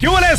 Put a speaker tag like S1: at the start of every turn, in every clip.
S1: tardes,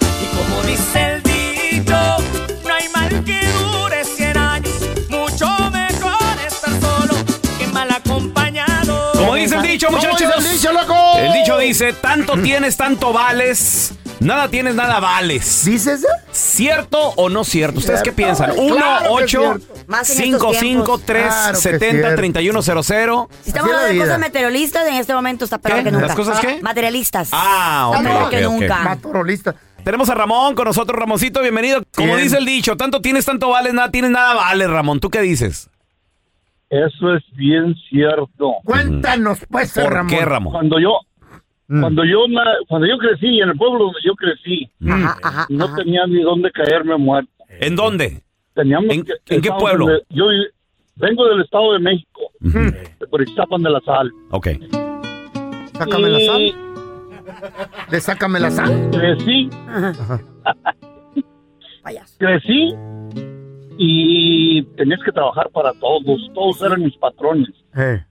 S2: Y como dice el dicho, no hay mal que dure 100 años. Mucho mejor estar solo que mal acompañado.
S1: Como dice el dicho, muchachos.
S3: dice el dicho, loco?
S1: El dicho dice, tanto tienes, tanto vales. Nada tienes, nada vales.
S3: ¿Dices?
S1: ¿Cierto o no cierto? ¿Ustedes qué piensan? 1
S3: Claro que es
S1: 8
S3: cierto.
S4: Más en estos
S1: 5 5
S4: tiempos.
S1: 3
S3: Claro que es
S1: 70
S3: cierto.
S1: 31 00.
S4: Si estamos
S3: Así es la
S4: hablando de
S3: vida.
S4: cosas materialistas, en este momento está peor
S1: ¿Qué?
S4: que nunca.
S1: ¿Las cosas qué?
S4: Materialistas.
S1: Ah, ok,
S4: Está peor
S1: ok,
S4: que
S1: ok.
S4: nunca.
S3: Matorolista.
S1: Tenemos a Ramón con nosotros, Ramoncito, bienvenido. Como
S3: Bien.
S1: dice el dicho, tanto tienes, tanto vales, nada tienes, nada vales, Ramón. ¿Tú qué dices?
S5: Eso es bien cierto.
S3: Cuéntanos, pues,
S1: ¿Por
S3: Ramón.
S1: qué, Ramón?
S5: Cuando yo
S3: Mm.
S5: cuando yo na- cuando yo crecí en el pueblo donde yo crecí,
S4: Ajá, Ah, ajá,
S5: no
S4: ajá.
S5: tenía ni dónde caerme muerto.
S1: Mm. ¿En dónde?
S5: Teníamos
S1: ¿En-
S5: que-
S1: en qué
S5: estábamos
S1: pueblo?
S5: en el- yo vi- vengo del estado de México, de por Iztapan de la Sal.
S1: Ok.
S3: Sácame la
S5: y
S3: sal. De sácame la sal.
S5: crecí,
S4: Payaso.
S5: crecí y tenías que trabajar para todos, todos eran mis patrones.
S3: Eh.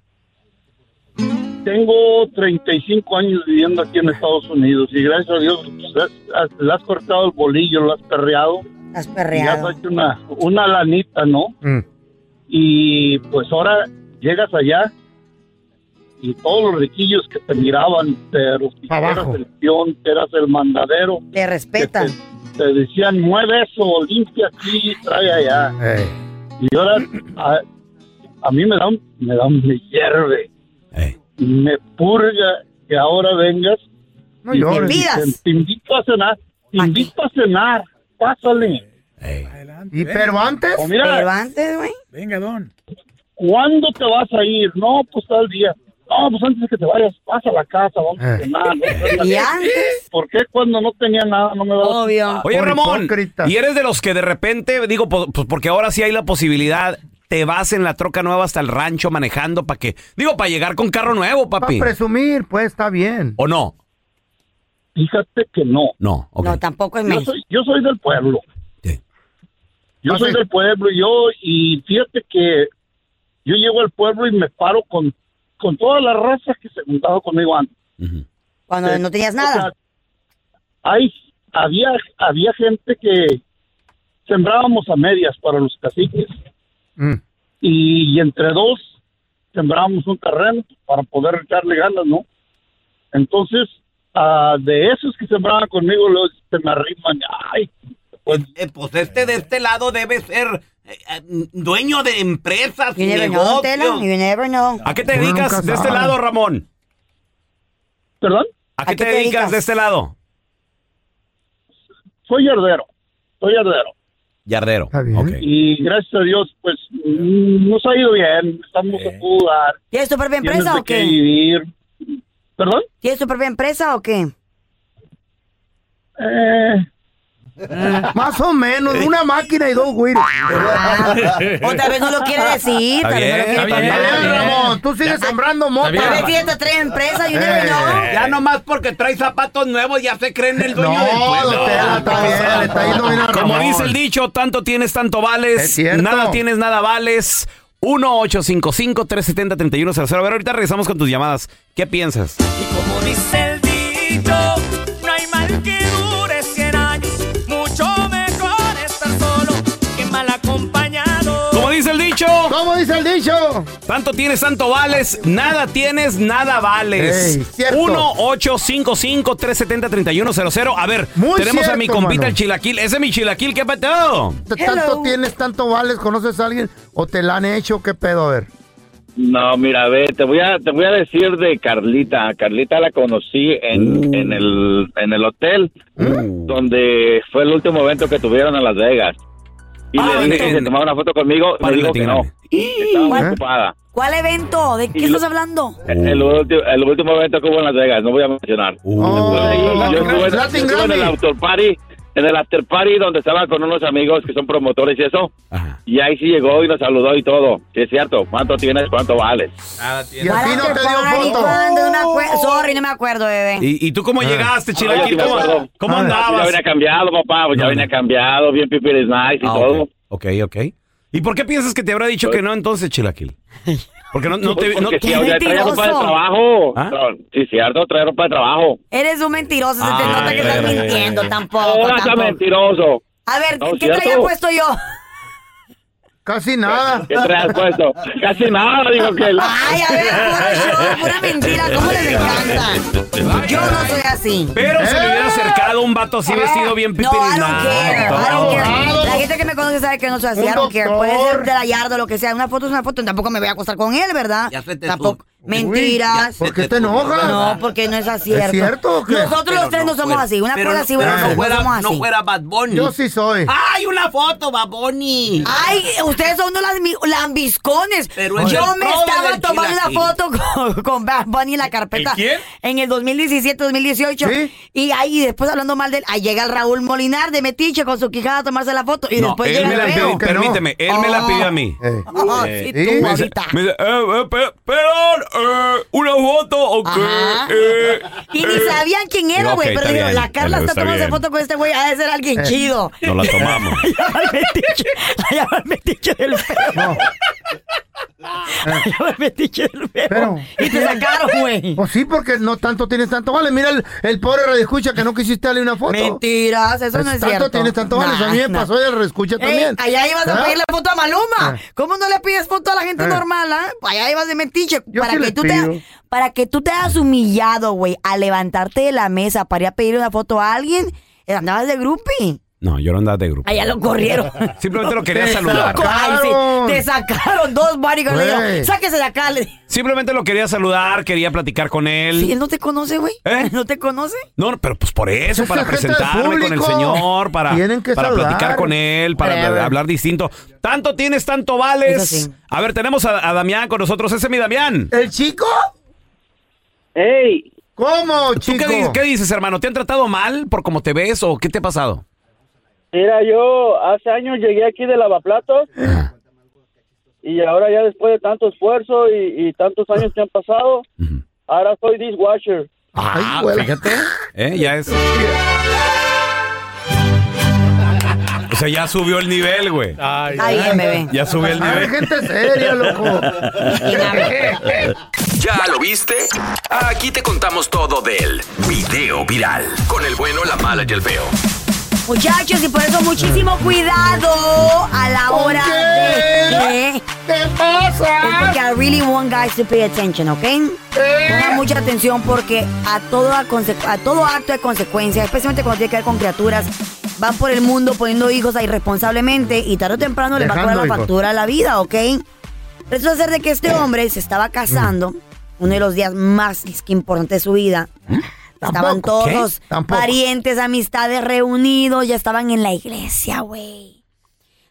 S5: Tengo 35 años viviendo aquí en Estados Unidos y gracias a Dios pues, has- has- le has cortado el bolillo, lo has perreado.
S4: Estás
S3: pues,
S5: y has
S4: perreado.
S5: hecho una, una lanita, ¿no?
S3: Mm.
S5: Y pues ahora llegas allá y todos los riquillos que te miraban, pero si
S3: Pa' abajo.
S5: eras el peón, que eras el mandadero,
S4: Le
S5: que te,
S4: respetan.
S5: te decían, mueve eso, limpia aquí, trae allá.
S3: Eh.
S5: Y ahora a, a mí me da, un- me da, un- me hierve,
S1: Eh.
S5: me purga que ahora vengas
S3: No llores.
S4: pidas.
S5: dicen, te invito a cenar, te
S4: Aquí.
S5: invito a cenar, pásale.
S1: Eh.
S3: Y pero antes,
S5: O Oh, mira,
S4: Pero antes, güey.
S6: Venga, don.
S5: ¿cuándo te vas a ir? No, pues tal día. No, pues antes de que te vayas, pasa a la casa, vamos a
S3: Eh.
S5: cenar. ¿no?
S4: Y antes.
S5: ¿Por qué cuando no tenía nada no me vas a
S4: Obvio.
S1: Oye,
S3: Por
S1: Ramón,
S3: hipócrita.
S1: y eres de los que de repente, digo, po- pues porque ahora sí hay la posibilidad, te vas en la troca nueva hasta el rancho manejando para que, digo, para llegar con carro nuevo,
S3: para
S1: papi.
S3: presumir, Ah, pues, está bien.
S1: ¿O no?
S5: Fíjate que no.
S1: No, ok.
S4: No, tampoco es
S5: Yo
S4: México.
S5: soy, yo soy del pueblo.
S1: Sí.
S5: Yo
S3: Ah,
S5: soy
S3: sí.
S5: del pueblo, yo, y fíjate que yo llego al pueblo y me paro con, con toda la raza que se juntaba conmigo antes.
S1: Ujú.
S4: Cuando no tenías nada.
S5: O sea, hay, había, había gente que sembrábamos a medias para los caciques.
S3: Mm.
S5: y, y entre dos sembramos un terreno para poder echarle ganas, ¿no? Entonces, ah, de esos que sembraban conmigo, luego se me arriman, ay, pues
S7: Eh, pues este de este lado debe ser eh, eh, dueño de empresas
S4: You
S7: y
S4: never know, don Tela.
S7: negocios.
S4: You never know.
S1: ¿A qué te
S3: Uno
S1: dedicas
S3: nunca
S1: de este
S3: sabe.
S1: lado, Ramón?
S5: perdón,
S1: ¿A qué, te, dedicas? de este lado?
S5: soy herdero, soy herdero.
S1: Yardero.
S3: Está bien.
S1: Ok.
S5: Y gracias a Dios, pues mm, nos ha ido bien, estamos
S7: Eh.
S5: a jugar,
S4: ¿Tienes tu propia
S5: tienes
S4: empresa
S5: de
S4: o
S5: qué
S4: qué?
S5: vivir. ¿Perdón?
S4: ¿Tienes tu propia empresa o qué?
S5: Eh,
S3: Más o menos,
S1: Eh.
S3: una máquina y dos güiros.
S4: O tal Ah, vez no lo quiere decir.
S1: Está
S4: Tal vez no lo quiere
S1: bien, Eh, está
S3: Está
S1: bien,
S3: bien,
S1: está bien.
S3: Ramón. Tú sigues sembrando
S4: Tal vez
S3: mota.
S4: fíjate tres empresas, you never
S3: Eh.
S4: know.
S7: Ya nomás porque trae zapatos nuevos ya se creen el dueño
S3: No,
S7: del pueblo.
S3: don Tela, está bien, le está yendo bien a
S1: Como
S3: Ramón.
S1: dice el dicho, tanto tienes, tanto
S3: Es
S1: vales.
S3: cierto.
S1: Nada tienes, nada vales. 1-855-370-3100. A ver, ahorita regresamos con tus llamadas. ¿Qué piensas?
S2: Y como dice el dicho, no hay mal que dure 100 años. Mucho mejor estar solo que mal acompañado.
S1: Como dice el dicho,
S3: ¿Cómo dice el dicho?
S1: tanto tienes, tanto vales. Nada tienes, nada vales.
S3: Ey, cierto.
S1: 1-855-370-3100. A ver,
S3: Muy
S1: tenemos a mi
S3: cierto,
S1: compita
S3: mano.
S1: el chilaquil. Ese es mi chilaquil, ¿qué pateo?
S3: ¿Te-
S4: Hello.
S3: ¿Tanto tienes, tanto vales? ¿Conoces a alguien? ¿O te la han hecho? ¿Qué pedo? A ver.
S8: No, mira, ve, te voy a te voy a decir de Carlita. Carlita la conocí en, en el en el hotel Uh. donde fue el último evento que tuvieron en Las Vegas. Y
S1: Ah,
S8: le dije
S1: en-
S8: que se tomara una foto conmigo y me
S1: Para
S8: dijo que no.
S1: Latin
S8: que Estaba muy
S4: ¿Eh?
S8: ocupada.
S4: ¿Cuál evento? ¿De qué
S8: Y lo-
S4: estás hablando?
S8: El, ulti- el último evento que hubo en Las Vegas, no voy a mencionar.
S3: Oh,
S8: Yo estuve- yo
S3: Latin
S8: estuve en el
S3: Grammy.
S8: after party en el after party donde estaba con unos amigos que son promotores y eso. Y ahí sí llegó y nos saludó y todo. Sí, es cierto. ¿Cuánto tienes? ¿Cuánto vales?
S3: Y a ti no te dio
S4: Ay,
S3: foto.
S4: cuando no me acue- Sorry, no me acuerdo, bebé.
S1: ¿Y, y tú cómo llegaste,
S8: Ah,
S1: Chilaki?
S8: sí me
S1: ¿Cómo,
S8: acuerdo.
S1: cómo
S3: Ah,
S8: Ya
S1: andabas?
S8: venía cambiado, papá. pues
S1: No,
S8: ya venía
S1: no.
S8: cambiado. Bien pipi is nice y
S1: Ah,
S8: todo.
S1: ok, ok, ok. ¿Y por qué piensas que te habrá dicho que no entonces, Chilaquil? Porque no, no te...
S8: Porque
S1: No,
S8: sí,
S4: qué
S8: oye, traía ropa de
S4: mentiroso.
S8: trabajo.
S1: ¿Ah?
S8: No, Sí, cierto, traía ropa de trabajo.
S4: Eres un mentiroso, se te
S1: Ay,
S4: nota que estás
S1: ay,
S4: mintiendo tampoco.
S8: Ahora está
S4: tampoco.
S8: mentiroso.
S4: A ver,
S8: No,
S4: ¿qué
S8: ¿cierto?
S4: traía puesto yo?
S3: Casi nada.
S8: ¿Qué traías puesto? Casi nada, digo que...
S4: Ay, a ver, puro show, pura mentira, ¿cómo les encanta? Yo no soy así.
S1: pero se le
S3: Eh.
S1: hubiera acercado un vato así vestido bien
S4: No, I don't
S1: pipirinado.
S4: care. I
S1: Todo.
S4: don't
S8: Ah,
S4: care.
S3: abogado.
S4: La gente que me conoce sabe que no soy así.
S3: Un
S4: I don't care.
S3: doctor.
S4: Puede ser de la yarda o lo que sea. Una foto es una foto. Tampoco me voy a acostar con él, ¿verdad?
S7: Ya suelte
S4: Tampoco.
S7: tú.
S4: Mentiras.
S3: ¿Por qué te enojas?
S4: No, porque no es así.
S3: ¿Es cierto o qué?
S4: Nosotros los tres no somos
S7: fuera-
S4: así. Una
S7: pero
S4: cosa
S7: no-
S4: así, una
S7: pero
S4: cosa
S7: no
S4: no somos
S7: fuera, no
S4: así.
S7: fuera Bad Bunny.
S3: Yo sí soy.
S7: ¡Ay, una foto, Bad Bunny!
S4: Ay, ustedes son unos lambi- lambiscones.
S7: Pero es
S4: Yo
S7: el
S4: me
S7: prove
S4: estaba
S7: del
S4: tomando una
S7: chilaquil.
S4: foto con, con Bad Bunny en la carpeta.
S1: quién?
S4: En el 2017, 2018.
S3: ¿Sí?
S4: Y ahí después hablando mal de él, ahí llega el Raúl Molinar de Metiche con su quijada a tomarse la foto. Y
S1: No,
S4: después
S1: él
S4: llega
S1: me la
S4: el
S1: pidió,
S4: feo.
S3: que no.
S1: permíteme, él me la pidió a mí.
S3: Eh.
S4: Ah, sí,
S3: ¿Sí?
S4: tú
S3: Me
S1: dice-
S4: ahorita.
S1: me dice, eh, eh, pe- perdón, eh, una foto o qué?
S4: Ajá.
S1: Eh,
S4: Y ni
S1: eh.
S4: sabían quién era,
S1: Digo,
S4: güey.
S1: ok,
S4: pero
S1: está
S4: digo,
S1: bien,
S4: la Carla
S1: pero
S4: está,
S1: está
S4: tomando
S1: bien.
S4: foto con este güey. Ha de ser alguien
S3: Eh.
S4: chido.
S1: eh, Nos la tomamos.
S4: La llama el metiche. La llama el metiche del feo.
S3: No.
S4: La llama el metiche del feo.
S3: Ah. Pero-
S4: y te sacaron, güey.
S3: Pues sí, porque no tanto tienes tanto vale. Mira el, el pobre radioescucha que no quisiste darle una foto.
S4: Mentiras, eso
S3: Pues
S4: no es
S3: tanto
S4: cierto.
S3: tienes tanto vale.
S4: Nah,
S3: a mí me
S4: nah.
S3: pasó el radioescucha
S4: Ey,
S3: también.
S4: allá ibas a
S3: ¿Ah?
S4: pedirle foto a Maluma.
S3: Ah.
S4: ¿Cómo no le pides foto a la gente
S3: Eh.
S4: normal, ah? Allá ibas de metiche.
S3: Yo
S4: Para
S3: sí
S4: que,
S3: le
S4: tú te,
S3: pido.
S4: para que tú te hayas humillado, güey, a levantarte de la mesa para ir a pedirle una foto a alguien, eh, andabas de grupi.
S1: No, yo no andaba de grupo.
S4: Allá lo corrieron.
S1: Simplemente lo quería saludar.
S4: Co- Ay, sí, Te sacaron dos bodyguards. Le digo,
S3: Güey.
S4: Sáquese de acá. le-
S1: Simplemente lo quería saludar, quería platicar con él.
S4: Sí, él no te conoce, güey.
S1: ¿Eh?
S4: No te conoce.
S1: No, no, pero pues por eso,
S3: Es
S1: para
S3: la gente del
S1: presentarme con el
S3: público.
S1: señor, para,
S3: Tienen que
S1: para
S3: saludar.
S1: platicar con él, para
S4: Whatever.
S1: hablar distinto. Tanto tienes, tanto
S4: Eso
S1: vales.
S4: sí.
S1: A ver, tenemos a, a Damián con nosotros. Ese es mi Damián.
S3: ¿El chico?
S6: ¡Ey!
S3: ¿Cómo,
S1: ¿Tú
S3: chico?
S1: qué, di- qué dices, hermano? ¿Te han tratado mal por cómo te ves o qué te ha pasado?
S6: Mira, yo hace años llegué aquí de lavaplatos y ahora ya después de tanto esfuerzo y, y tantos años que han pasado,
S1: Ujú.
S6: ahora soy dishwasher.
S3: Ay,
S1: Ah,
S3: güey.
S1: fíjate. Eh, ya es. O sea, ya subió el nivel, güey.
S4: Está bien, bebé.
S1: Ya subió el
S3: Ay,
S1: nivel.
S3: gente seria, loco.
S9: ¿Ya lo viste? Aquí te contamos todo del video viral. Con el bueno, la mala y el feo.
S4: Muchachos, y por eso muchísimo cuidado a la
S3: ¿Con
S4: hora
S3: qué?
S4: de... ¿Qué?
S3: ¿Qué
S4: Es
S3: pasa? ¿Eh?
S4: porque I really want guys to pay attention, ¿ok? Pongan mucha atención porque a todo, a conse- a todo acto de consecuencia, especialmente cuando tiene que ver con criaturas, van por el mundo poniendo hijos ahí irresponsablemente y tarde o temprano les va a
S3: Dejando
S4: cobrar la
S3: hijos.
S4: factura a la vida, ¿ok? Resulta ser de que este hombre se estaba
S3: Mm.
S4: casando, uno de los días más que importantes de su vida. Estaban
S3: Tampoco.
S4: todos
S3: ¿Qué?
S4: los
S3: Tampoco.
S4: parientes, amistades reunidos, ya estaban en la iglesia, güey.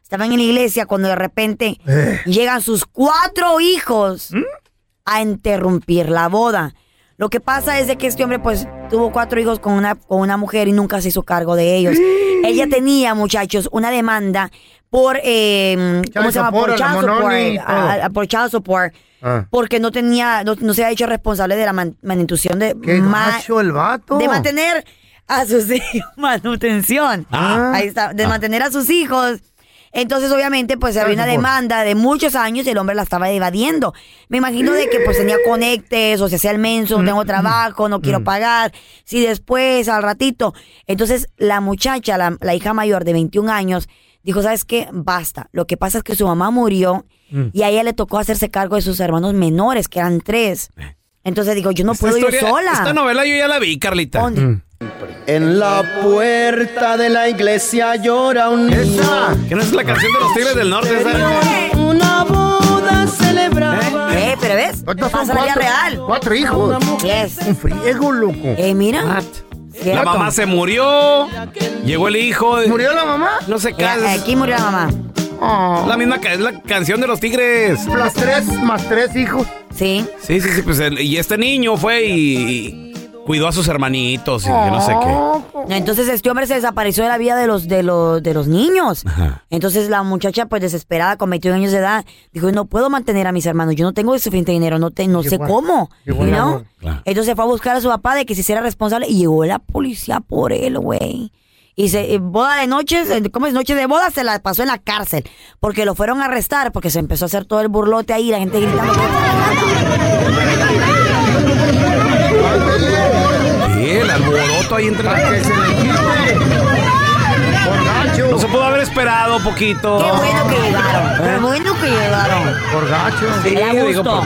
S4: Estaban en la iglesia cuando de repente llegan sus cuatro hijos
S3: ¿Mm?
S4: a interrumpir la boda. Lo que pasa es de que este hombre pues tuvo cuatro hijos con una, con una mujer y nunca se hizo cargo de ellos. Ella tenía, muchachos, una demanda por, eh, ¿cómo
S3: Child
S4: se llama? Por
S3: support,
S4: child
S3: la mononi,
S4: support, a-
S3: todo.
S4: a- por child support,
S3: Ah.
S4: porque no tenía, no, no se había hecho responsable de la man- manutención de,
S3: Qué
S4: ma-
S3: gacho el vato.
S4: de mantener a sus hijos, manutención.
S3: Ah.
S4: Ahí está, de mantener a sus hijos. Entonces, obviamente, pues había una
S3: Por favor.
S4: demanda de muchos años y el hombre la estaba evadiendo. Me imagino de que pues tenía conectes, o se hacía el menso, no
S3: Mm,
S4: tengo trabajo, no quiero pagar. Si después, al ratito. Entonces, la muchacha, la, la hija mayor de 21 años, dijo, ¿sabes qué? Basta. Lo que pasa es que su mamá murió
S3: Mm.
S4: y a ella le tocó hacerse cargo de sus hermanos menores, que eran tres.
S3: Eh.
S4: Entonces dijo, yo no
S1: Esta
S4: puedo ir
S1: historia-
S4: Pues, sola.
S1: Esta novela yo ya la vi, Carlita. Mm.
S4: ¿Dónde?
S10: En la puerta de la iglesia llora un niño.
S1: ¿Que no es la canción de los Tigres del Norte? esa?
S10: Una boda celebraba.
S4: Eh, pero ves,
S3: Ahorita son
S4: pasa la vida
S3: cuatro-
S4: real.
S3: Cuatro hijos.
S4: Yes.
S3: Un friego, loco.
S4: Eh, mira. Yes.
S1: La mamá se murió, llegó el hijo.
S3: ¿Murió la mamá?
S1: No se
S4: Ya,
S1: casa.
S4: Aquí murió la mamá.
S3: Oh.
S1: La misma ca- es la canción de los Tigres.
S3: Las tres, más tres hijos.
S4: Sí.
S1: Sí, sí, sí, pues el- y este niño fue y, y Cuidó a sus hermanitos y que no sé qué.
S4: Entonces este hombre se desapareció de la vida de los, de los, de los niños.
S1: Ajá.
S4: Entonces la muchacha, pues desesperada, con 21 años de edad, dijo, no puedo mantener a mis hermanos, yo no tengo suficiente dinero, no, te, no sé
S11: Igual.
S4: cómo.
S11: Igual,
S4: ¿no?
S11: amor. Claro.
S4: Entonces fue a buscar a su papá de que se hiciera responsable y llegó la policía por él, güey. Y se, eh, boda de noches, eh, ¿cómo es? Noche de boda se la pasó en la cárcel porque lo fueron a arrestar porque se empezó a hacer todo el burlote ahí, la gente gritando.
S1: Sí, el alboroto ahí entre
S3: Ah,
S1: la No se pudo haber esperado poquito. Qué
S4: bueno que llegaron. Qué bueno que llegaron.
S1: Por gacho. Sí,
S4: Me da gusto.
S1: digo, por-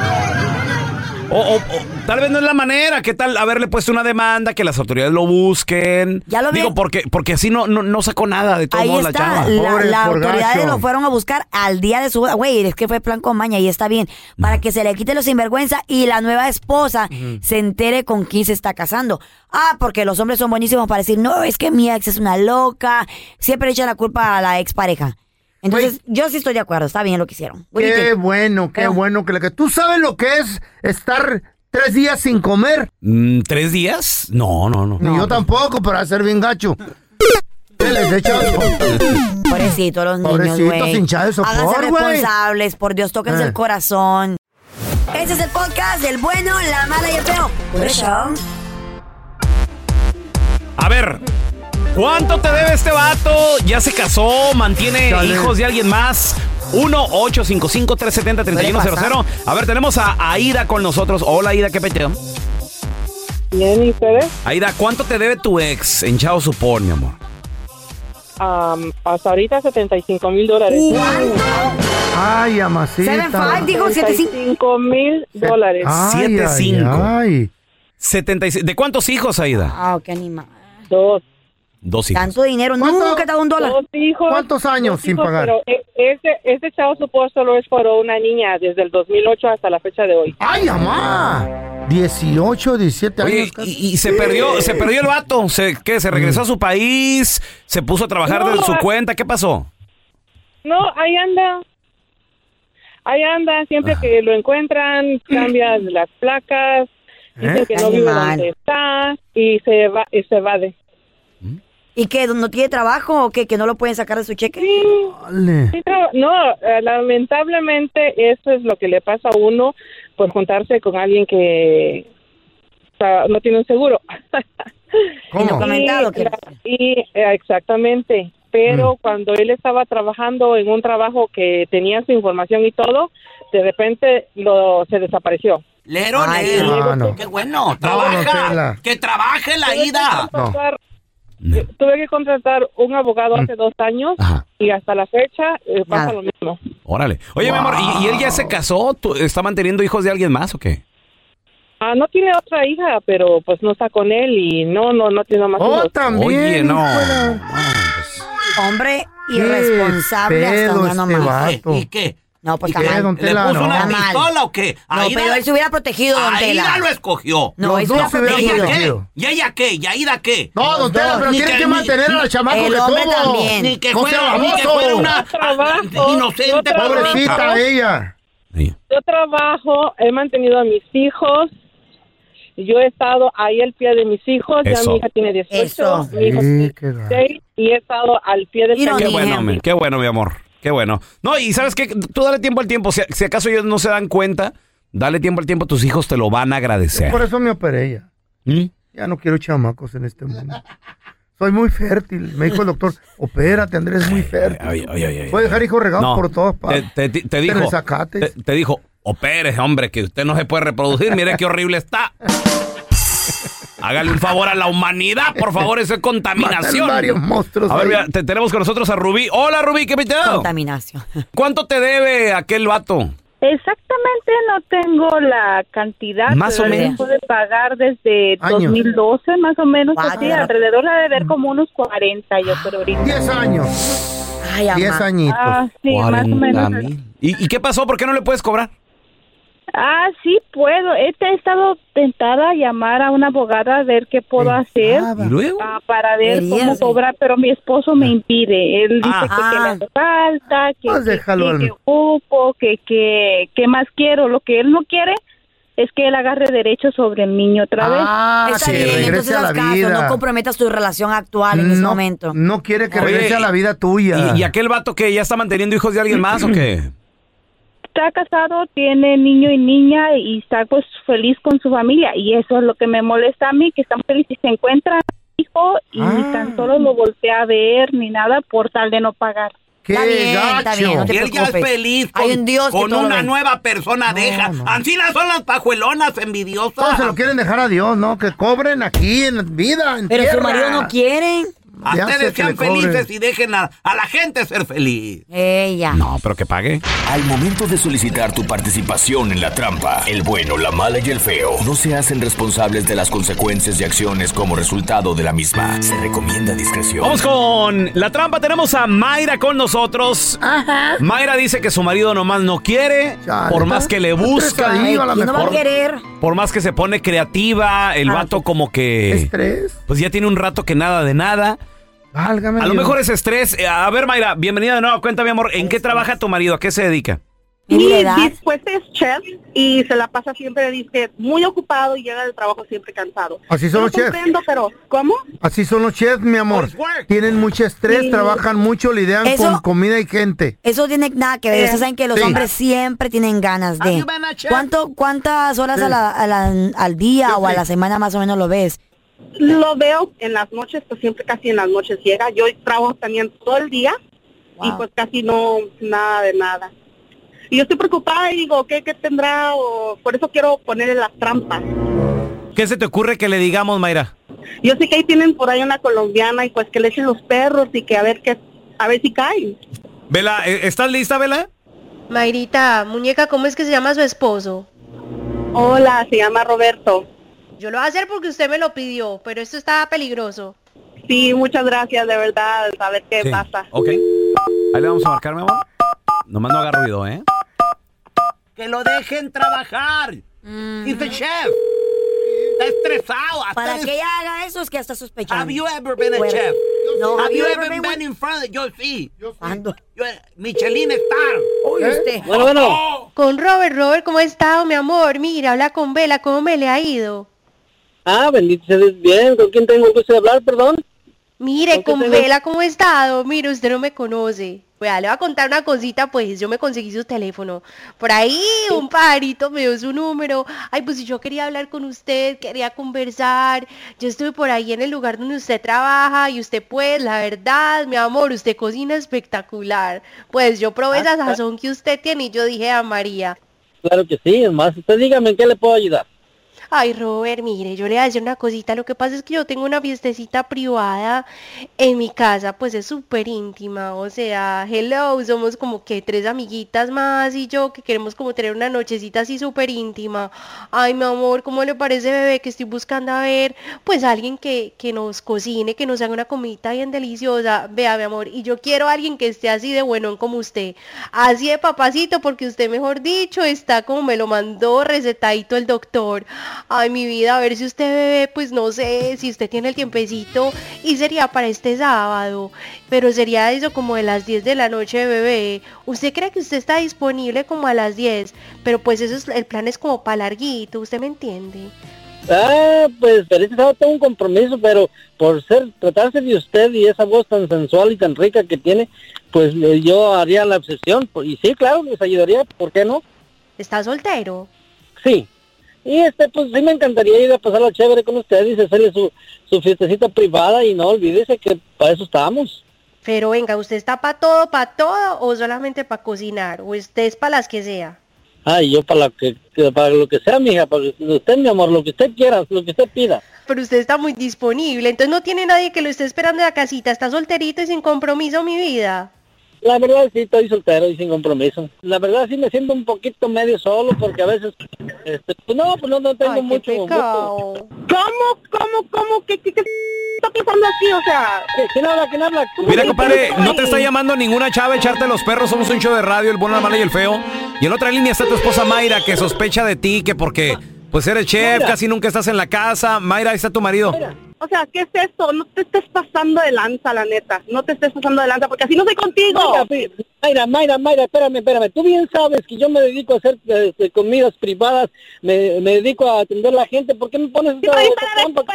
S1: O, o- o tal vez no es la manera. ¿Qué tal haberle puesto una demanda, que las autoridades lo busquen? Ya lo Digo, porque, porque así no, no, no sacó nada de todo
S4: Ahí
S1: modo la
S4: está,
S1: chava.
S4: la- las autoridades lo fueron a buscar al día de su boda. Güey, es que fue plan con maña y está bien.
S3: Mm.
S4: Para que se le quite los sinvergüenza y la nueva esposa
S11: Ujú.
S4: se entere con quién se está casando. Ah, porque los hombres son buenísimos para decir, no, es que mi ex es una loca. Siempre echan la culpa a la expareja. Entonces, yo sí estoy de acuerdo, está bien lo que hicieron.
S3: Qué
S4: Bonito.
S3: bueno,
S4: Ah.
S3: qué bueno que le que tú sabes lo que es estar tres días sin comer.
S1: Mm, ¿Tres días? No, no, no.
S3: Ni yo tampoco para ser bien gacho. Te les echas
S4: Pobrecito los niños,
S3: Pobrecitos,
S4: güey.
S3: hinchada de sopor,
S4: Háganse
S3: güey.
S4: responsables, por Dios, tóquense
S3: Eh.
S4: el corazón. Ese es el podcast del bueno, la mala y el feo. Por eso.
S1: A ver, ¿cuánto te debe este vato? ¿Ya se casó? ¿Mantiene
S7: Chale.
S1: hijos de alguien más? 1-855-370-3100. A ver, tenemos a Aida con nosotros. Hola, Aida, ¿qué peteo?
S12: Bien, ¿y ustedes?
S1: Aida, ¿cuánto te debe tu ex en Chao Supor, mi amor?
S12: Am, hasta ahorita 75 mil dólares.
S3: Ay, amacita.
S12: digo, 75 mil dólares.
S3: Ay, ay,
S1: 7-5. 76. ¿De cuántos hijos, Aida?
S4: Ah, qué animal.
S12: Dos.
S1: Dos hijos.
S4: Tanto dinero, nunca te da un dólar.
S12: Dos hijos.
S3: ¿Cuántos años
S12: dos
S3: sin
S12: hijos,
S3: pagar?
S12: Pero e- este, este chavo support solo es por una niña desde el 2008 hasta la fecha de hoy.
S3: ¡Ay, mamá! 18, 17
S1: Oye,
S3: años.
S1: y, y se perdió, se perdió el vato. ¿Se, ¿Qué? ¿Se regresó a su país? ¿Se puso a trabajar de
S12: No.
S1: su cuenta? ¿Qué pasó?
S12: No, ahí anda. Ahí anda.
S3: Ah.
S12: Siempre que lo encuentran, cambian las placas. Dicen
S4: ¿Eh?
S12: que no vive
S4: Animal.
S12: donde está y se va y se va de.
S4: ¿Y qué? ¿No tiene trabajo o qué? ¿Que no lo pueden sacar de su cheque?
S12: Sí, pero no, eh, lamentablemente eso es lo que le pasa a uno por juntarse con alguien que o sea, no tiene un seguro.
S4: Indocumentado, ¿qué?
S12: la- y, eh, exactamente, pero cuando él estaba trabajando en un trabajo que tenía su información y todo, de repente lo se desapareció.
S7: Lero,
S12: Ay,
S7: lero.
S12: no, no.
S7: Qué bueno. Trabaja. que trabaje la ida.
S12: contratar- Tuve que contratar un abogado hace dos años y hasta la fecha eh, pasa lo mismo.
S1: Órale. Oye, mi amor, ¿y, y él ya se casó? ¿Tú- ¿Está manteniendo hijos de alguien más o qué?
S12: Ah, no tiene otra hija, pero pues no está con él y no, no, no tiene más hijos.
S1: Oye, no.
S4: Hombre irresponsable hasta
S3: pedo
S4: una
S3: este
S4: nomás.
S3: vato.
S7: ¿Y qué?
S4: No, pues
S7: ¿Y
S4: está
S7: qué,
S4: mal.
S7: don ¿Le Tela? puso No. una
S4: Está mal.
S7: pistola o qué?
S4: No,
S7: Aida-
S4: pero él se hubiera protegido, don Tela.
S7: Aida lo escogió.
S4: No, Los él dos hubiera se hubieran protegido. protegido.
S7: ¿Y ella qué? ¿Y Aida qué?
S3: No, don Tela, pero
S7: Ni
S3: tienen que
S7: ni-
S3: mantener a la chamaco
S7: el
S3: que
S7: hombre
S3: tuvo.
S7: también. Ni que
S3: No
S7: fuera,
S3: sea
S7: ni que
S3: baboso.
S7: fuera una ah, inocente.
S3: Pobrecita ella.
S12: Yo trabajo, he mantenido a mis hijos. Yo he estado ahí al pie de mis hijos. Ya
S1: Eso.
S12: mi hija tiene 18,
S1: Eso.
S12: mi hijo
S1: Sí,
S12: tiene
S1: qué gacho.
S12: 16 y he estado al pie del
S1: Qué
S12: cañón.
S1: bueno, mi- qué bueno, mi amor. Qué bueno. No, y sabes qué, tú dale tiempo al tiempo. Si, si acaso ellos no se dan cuenta, dale tiempo al tiempo, tus hijos te lo van a agradecer.
S3: Por eso me operé ella.
S1: ¿Mm?
S3: Ya no quiero chamacos en este mundo. Soy muy fértil. Me dijo el doctor, opérate, Andrés, es muy fértil. Voy a dejar hijos regados
S1: No,
S3: por todas partes.
S1: Te, te- te
S3: Te
S1: dijo, te,
S3: desacates.
S1: te dijo, opere, hombre, que usted no se puede reproducir. Mire qué horrible está. Hágale un favor a la humanidad, por favor, eso es contaminación.
S3: Matar varios monstruos
S1: a ver,
S3: ahí.
S1: mira, te- tenemos con nosotros a Rubí. Hola, Rubí, ¿qué pitado?
S4: Contaminación.
S1: ¿Cuánto te debe aquel vato?
S13: Exactamente no tengo la cantidad,
S1: Más
S13: pero
S1: o menos.
S13: dejo de pagar desde
S1: Años.
S13: 2012 más o menos,
S4: Cuatro.
S13: así, alrededor de ver como unos 40 yo pero ahorita.
S3: 10 años.
S4: Ay, amá.
S3: Diez añitos.
S13: Ah, sí, más o menos.
S1: 40,000. ¿Y, y qué pasó? ¿Por qué no le puedes cobrar?
S13: Ah, sí puedo. He te- he estado tentada a llamar a una abogada a ver qué puedo hacer
S1: ¿Y luego?
S13: ah, para ver
S4: Querías,
S13: cómo
S4: sí.
S13: cobrar, pero mi esposo me impide. Él dice
S4: Ah.
S13: que, que le hace falta, que,
S3: Ah. Pues
S13: que-
S3: déjalo
S13: que-
S3: al-
S13: que ocupo, que, que, que más quiero. Lo que él no quiere es que él agarre derecho sobre el niño otra vez.
S3: Ah,
S4: Está
S3: que
S4: bien, entonces
S3: regrese a
S4: haz
S3: la
S4: caso,
S3: vida.
S4: no comprometas tu relación actual en ese
S3: No,
S4: momento.
S3: no quiere que
S1: Oye,
S3: regrese a la
S1: y-
S3: vida tuya.
S1: ¿Y, y aquel vato que ya está manteniendo hijos de alguien más o qué?
S13: Está casado, tiene niño y niña y está pues feliz con su familia y eso es lo que me molesta a mí, que están felices, se encuentran hijo y ni tan solo lo voltea a ver ni nada por tal de no pagar.
S7: Está bien,
S4: está bien, no te
S7: Y él ya es
S4: preocupes.
S7: feliz con,
S4: Hay un Dios que
S7: con
S4: todo
S7: una
S4: ve.
S7: nueva persona deja. Ancina son las pajuelonas
S3: Todos
S7: envidiosas.
S3: se lo quieren dejar a Dios, ¿no? Que cobren aquí en vida. en
S7: Pero su
S3: tierra.
S7: marido no
S4: quiere.
S7: A
S3: Ya sé
S7: ustedes
S3: que le
S7: sean felices
S3: cobren.
S7: y dejen a, a la gente ser feliz.
S4: Ella.
S1: No, pero que pague.
S9: Al momento de solicitar tu participación en la trampa, el bueno, la mala y el feo no se hacen responsables de las consecuencias y acciones como resultado de la misma. Se recomienda discreción.
S1: Vamos con la trampa. Tenemos a Mayra con nosotros.
S4: Ajá.
S1: Mayra dice que su marido nomás no quiere, por más que le busca,
S4: Ay, ¿quién no va a
S1: por-
S4: querer?
S1: por más que se pone creativa, el
S4: Ah,
S1: vato como que...
S3: Estrés.
S1: Pues ya tiene un rato que nada de nada.
S3: Válgame
S1: A lo
S3: Dios.
S1: mejor es estrés. Eh, A ver, Mayra, bienvenida de nuevo. Cuéntame, amor, ¿en qué trabaja tu marido? ¿A qué se dedica?
S11: Y después es chef y se la pasa siempre, dice, muy ocupado y llega del trabajo siempre cansado.
S3: Así son
S11: Yo
S3: los chefs.
S11: comprendo, pero ¿cómo?
S3: Así son los chefs, mi amor. Tienen mucho estrés,
S4: Sí.
S3: trabajan mucho, lidian
S4: Eso-
S3: con comida y gente.
S4: Eso tiene nada que ver.
S3: Eh,
S4: Ustedes saben que los
S3: sí.
S4: hombres siempre tienen ganas de. ¿Cuánto, ¿Cuántas horas
S3: Eh.
S4: a la- a la- al día o a la semana más o menos lo ves?
S11: Lo veo en las noches, pues siempre casi en las noches llega. Yo trabajo también todo el día y pues casi no, nada de nada. Y yo estoy preocupada y digo, ¿qué, qué tendrá? O, por eso quiero ponerle las trampas.
S1: ¿Qué se te ocurre que le digamos, Mayra?
S11: Yo sé que ahí tienen por ahí una colombiana y pues que le echen los perros y que a ver qué, a ver si caen.
S1: Vela, eh, ¿estás lista, Vela?
S14: Mayrita, muñeca, ¿cómo es que se llama su esposo?
S11: Hola, se llama Roberto.
S14: Yo lo voy a hacer porque usted me lo pidió, pero esto está peligroso.
S11: Sí, muchas gracias, de verdad, a ver qué
S1: Sí.
S11: pasa.
S1: Ok. Ahí le vamos a marcar, mi amor. Nomás no haga ruido, ¿eh?
S7: Que lo dejen trabajar. Dice chef. Está estresado. hasta
S4: Para
S7: des-
S4: que ella haga eso es que ya está sospechando.
S7: Have you ever been a
S4: Bueno.
S7: chef?
S4: No,
S7: Have you ever been in front of... Yo sí.
S4: ¿Cuándo?
S7: Yo, Michelin Star.
S14: ¿Eh? Con Robert, Robert, ¿cómo ha estado, mi amor? Mira, habla con Vela, ¿cómo me le ha ido?
S15: Ah, bendito sea Dios, bien. ¿Con quién tengo el gusto de hablar, perdón?
S14: Mire,
S15: ¿Con
S14: con
S15: qué te-
S14: Vela, ¿cómo ha estado? Mire, usted no me conoce. Vea, le voy a contar una cosita, pues yo me conseguí su teléfono. Por ahí un pajarito me dio su número. Ay, pues yo quería hablar con usted, quería conversar. Yo estuve por ahí en el lugar donde usted trabaja y usted pues, la verdad, mi amor, usted cocina espectacular. Pues yo probé esa sazón que usted tiene y yo dije a María,
S15: Claro que sí, es más. Usted dígame en qué le puedo ayudar.
S14: Ay, Robert, mire, yo le voy a decir una cosita. Lo que pasa es que yo tengo una fiestecita privada en mi casa, pues es súper íntima. O sea, hello, somos como que tres amiguitas más y yo que queremos como tener una nochecita así súper íntima. Ay, mi amor, ¿cómo le parece, bebé, que estoy buscando a ver, pues alguien que, que nos cocine, que nos haga una comidita bien deliciosa? Vea, mi amor, y yo quiero a alguien que esté así de buenón como usted. Así de papacito, porque usted, mejor dicho, está como me lo mandó recetadito el doctor. Ay, mi vida, a ver si usted bebé, pues no sé, si usted tiene el tiempecito y sería para este sábado, pero sería eso como de las 10 de la noche, bebé. Usted cree que usted está disponible como a las 10, pero pues eso es, el plan es como para larguito, ¿usted me entiende?
S15: Ah, pues, pero este sábado tengo un compromiso, pero por ser, tratarse de usted y esa voz tan sensual y tan rica que tiene, pues eh, yo haría la obsesión. Por- Y sí, claro, les ayudaría, ¿por qué no?
S14: ¿Está soltero?
S15: Sí. Y este, pues sí me encantaría ir a pasarla chévere con ustedes y hacerle su, su fiestecita privada y no olvídese que para eso estamos.
S14: Pero venga, ¿usted está para todo, para todo o solamente para cocinar? ¿O usted es para las que sea?
S15: Ay, yo para, la que, que- para lo que sea, mija, para usted, mi amor, lo que usted quiera, lo que usted pida.
S14: Pero usted está muy disponible, entonces no tiene nadie que lo esté esperando en la casita, está solterito y sin compromiso, mi vida.
S15: La verdad sí estoy soltero y sin compromiso. La verdad sí me siento un poquito medio solo porque a veces este, pues, no, pues no, no tengo mucho gusto.
S11: ¿Cómo, cómo, cómo? ¿Qué, qué, qué está pasando aquí? O sea,
S15: ¿quién habla, quién habla?
S1: Mira, compadre, no te está llamando ninguna chava a echarte los perros. Somos un show de radio, el bueno, la mala y el feo. Y en la otra línea está tu esposa Mayra, que sospecha de ti, que porque pues eres chef,
S15: Mayra.
S1: casi nunca estás en la casa. Mayra, ahí está tu marido.
S11: O sea, ¿qué es esto? No te estés pasando de lanza, la neta. No te estés pasando de lanza, porque así no soy contigo.
S15: Mayra, pi- Mayra, Mayra, Mayra, espérame, espérame. Tú bien sabes que yo me dedico a hacer este, comidas privadas, me, me dedico a atender a la gente. ¿Por qué me pones esa
S11: ahí
S15: está la respuesta,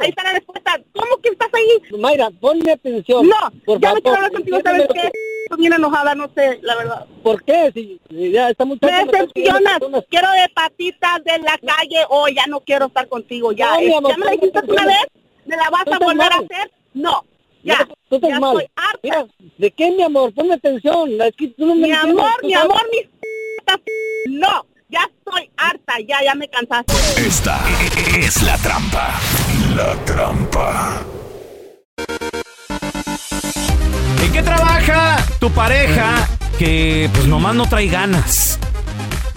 S15: ahí está la respuesta. ¿Cómo que estás ahí? Mayra, ponme atención.
S11: No,
S15: por
S11: ya
S15: favor.
S11: no quiero hablar contigo, ¿sabes
S15: Entiéndeme lo
S11: qué? Estoy bien enojada, no sé, la verdad.
S15: ¿Por qué? Si, si ya está mucho
S11: Me decepcionas. Quiero de patitas de la calle o ya no quiero estar contigo. Ya,
S15: No, mi
S11: Eh,
S15: amor,
S11: ya me la
S15: tú
S11: dijiste
S15: estás
S11: una
S15: mal.
S11: vez, me la vas
S15: Tú
S11: a
S15: estás
S11: volver a
S15: mal.
S11: hacer. No,
S15: Ya,
S11: ya.
S15: tú estás
S11: ya
S15: mal.
S11: estoy harta.
S15: Mira, ¿de qué, mi amor? Ponme atención. Es que tú no me
S11: mi
S15: entiendes,
S11: amor,
S15: tú
S11: mi
S15: sabes.
S11: amor, mis p***as, No, ya estoy harta, ya, ya me cansaste.
S9: Esta es la trampa. La trampa.
S1: ¿En qué trabaja tu pareja que pues nomás no trae ganas?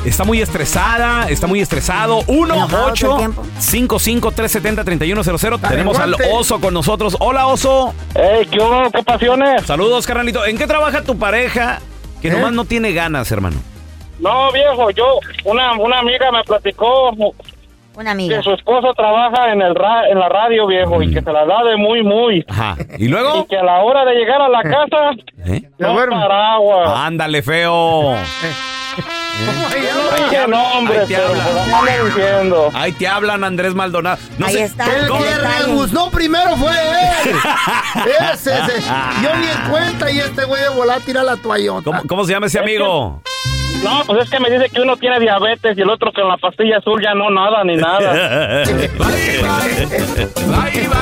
S1: Está muy estresada, está muy estresado. 1
S4: Enojado todo el
S1: 8
S4: tiempo.
S1: 55 370 3100 Tenemos al
S4: Adelante.
S1: oso con nosotros. Hola, oso.
S15: ¿Qué ¿Qué pasiones?
S1: Saludos, carnalito. ¿En qué trabaja tu pareja
S4: ¿Eh?
S1: que nomás no tiene ganas, hermano?
S16: No, viejo, yo, una, una amiga me platicó
S4: Una amiga.
S16: que su esposo trabaja en, el ra- en la radio, viejo, y que se la da de muy, muy.
S1: Mm. Ajá. ¿Y luego?
S16: Y que a la hora de llegar a la casa,
S1: ¿Eh?
S16: no paraguas.
S1: Ándale, feo.
S4: ¿Eh?
S16: Ay, qué nombre,
S1: Ahí te
S16: pero
S1: hablan.
S16: pues, anda diciendo.
S1: Ahí te hablan, Andrés Maldonado. No sé-
S3: El
S1: ¿Cómo-
S3: que rebuznó primero fue él. Ese, ese. Yo ni en cuenta y este güey de volar tira la toallota.
S1: ¿Cómo, cómo se llama ese amigo?
S16: No, pues es que me dice que uno tiene diabetes y el otro con la pastilla azul ya no nada ni nada.
S4: Bye bye.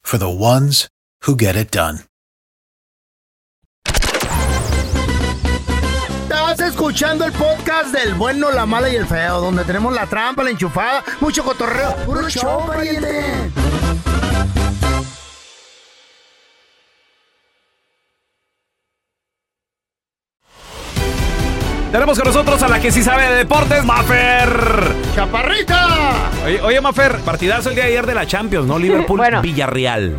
S17: for the ones who get it done.
S3: Estás escuchando el podcast del bueno, la mala y el feo, donde tenemos la trampa, la enchufada, mucho cotorreo. ¡Puro show, pariente!
S1: Tenemos con nosotros a la que sí sabe de deportes, Mafer.
S3: ¡Chaparrita!
S1: Oye, oye, Mafer, partidazo el día de ayer de la Champions, ¿no? Liverpool
S18: Bueno.
S1: Villarreal.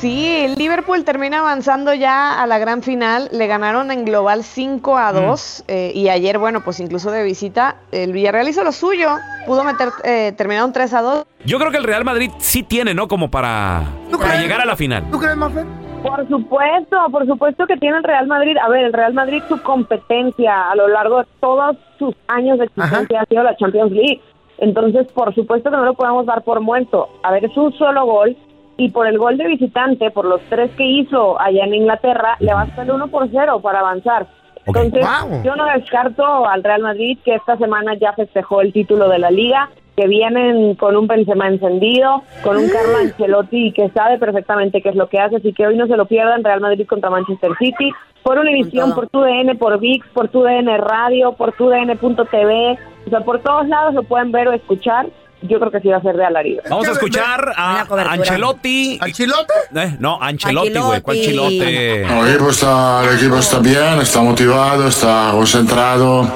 S18: Sí, el Liverpool termina avanzando ya a la gran final, le ganaron en global 5 a 2 eh, y ayer, bueno, pues incluso de visita, el Villarreal hizo lo suyo, pudo meter, eh, terminar un 3 a 2.
S1: Yo creo que el Real Madrid sí tiene, ¿no? Como para, para llegar a la final.
S3: ¿Tú crees, Mafer?
S19: Por supuesto, por supuesto que tiene el Real Madrid. A ver, el Real Madrid su competencia a lo largo de todos sus años de existencia ha sido la Champions League. Entonces, por supuesto que no lo podemos dar por muerto. A ver, es un solo gol y por el gol de visitante, por los tres que hizo allá en Inglaterra, le basta el 1 por 0 para avanzar. Entonces,
S20: Wow.
S19: yo no descarto al Real Madrid que esta semana ya festejó el título de la liga, que vienen con un Benzema encendido, con un Carlo Ancelotti que sabe perfectamente qué es lo que hace, así que hoy no se lo pierdan Real Madrid contra Manchester City, por Univisión, por TUDN, por VIX, por TUDN Radio, por TUDN.tv, o sea, por todos lados lo pueden ver o escuchar, yo creo que sí va a ser de alarido.
S1: Vamos a escuchar a Ancelotti. Eh,
S3: ¿Ancelote?
S1: no, Ancelotti, güey. ¿Cuál
S19: Ancelotti.
S1: chilote?
S21: El equipo, está, el equipo está bien, está motivado, está concentrado.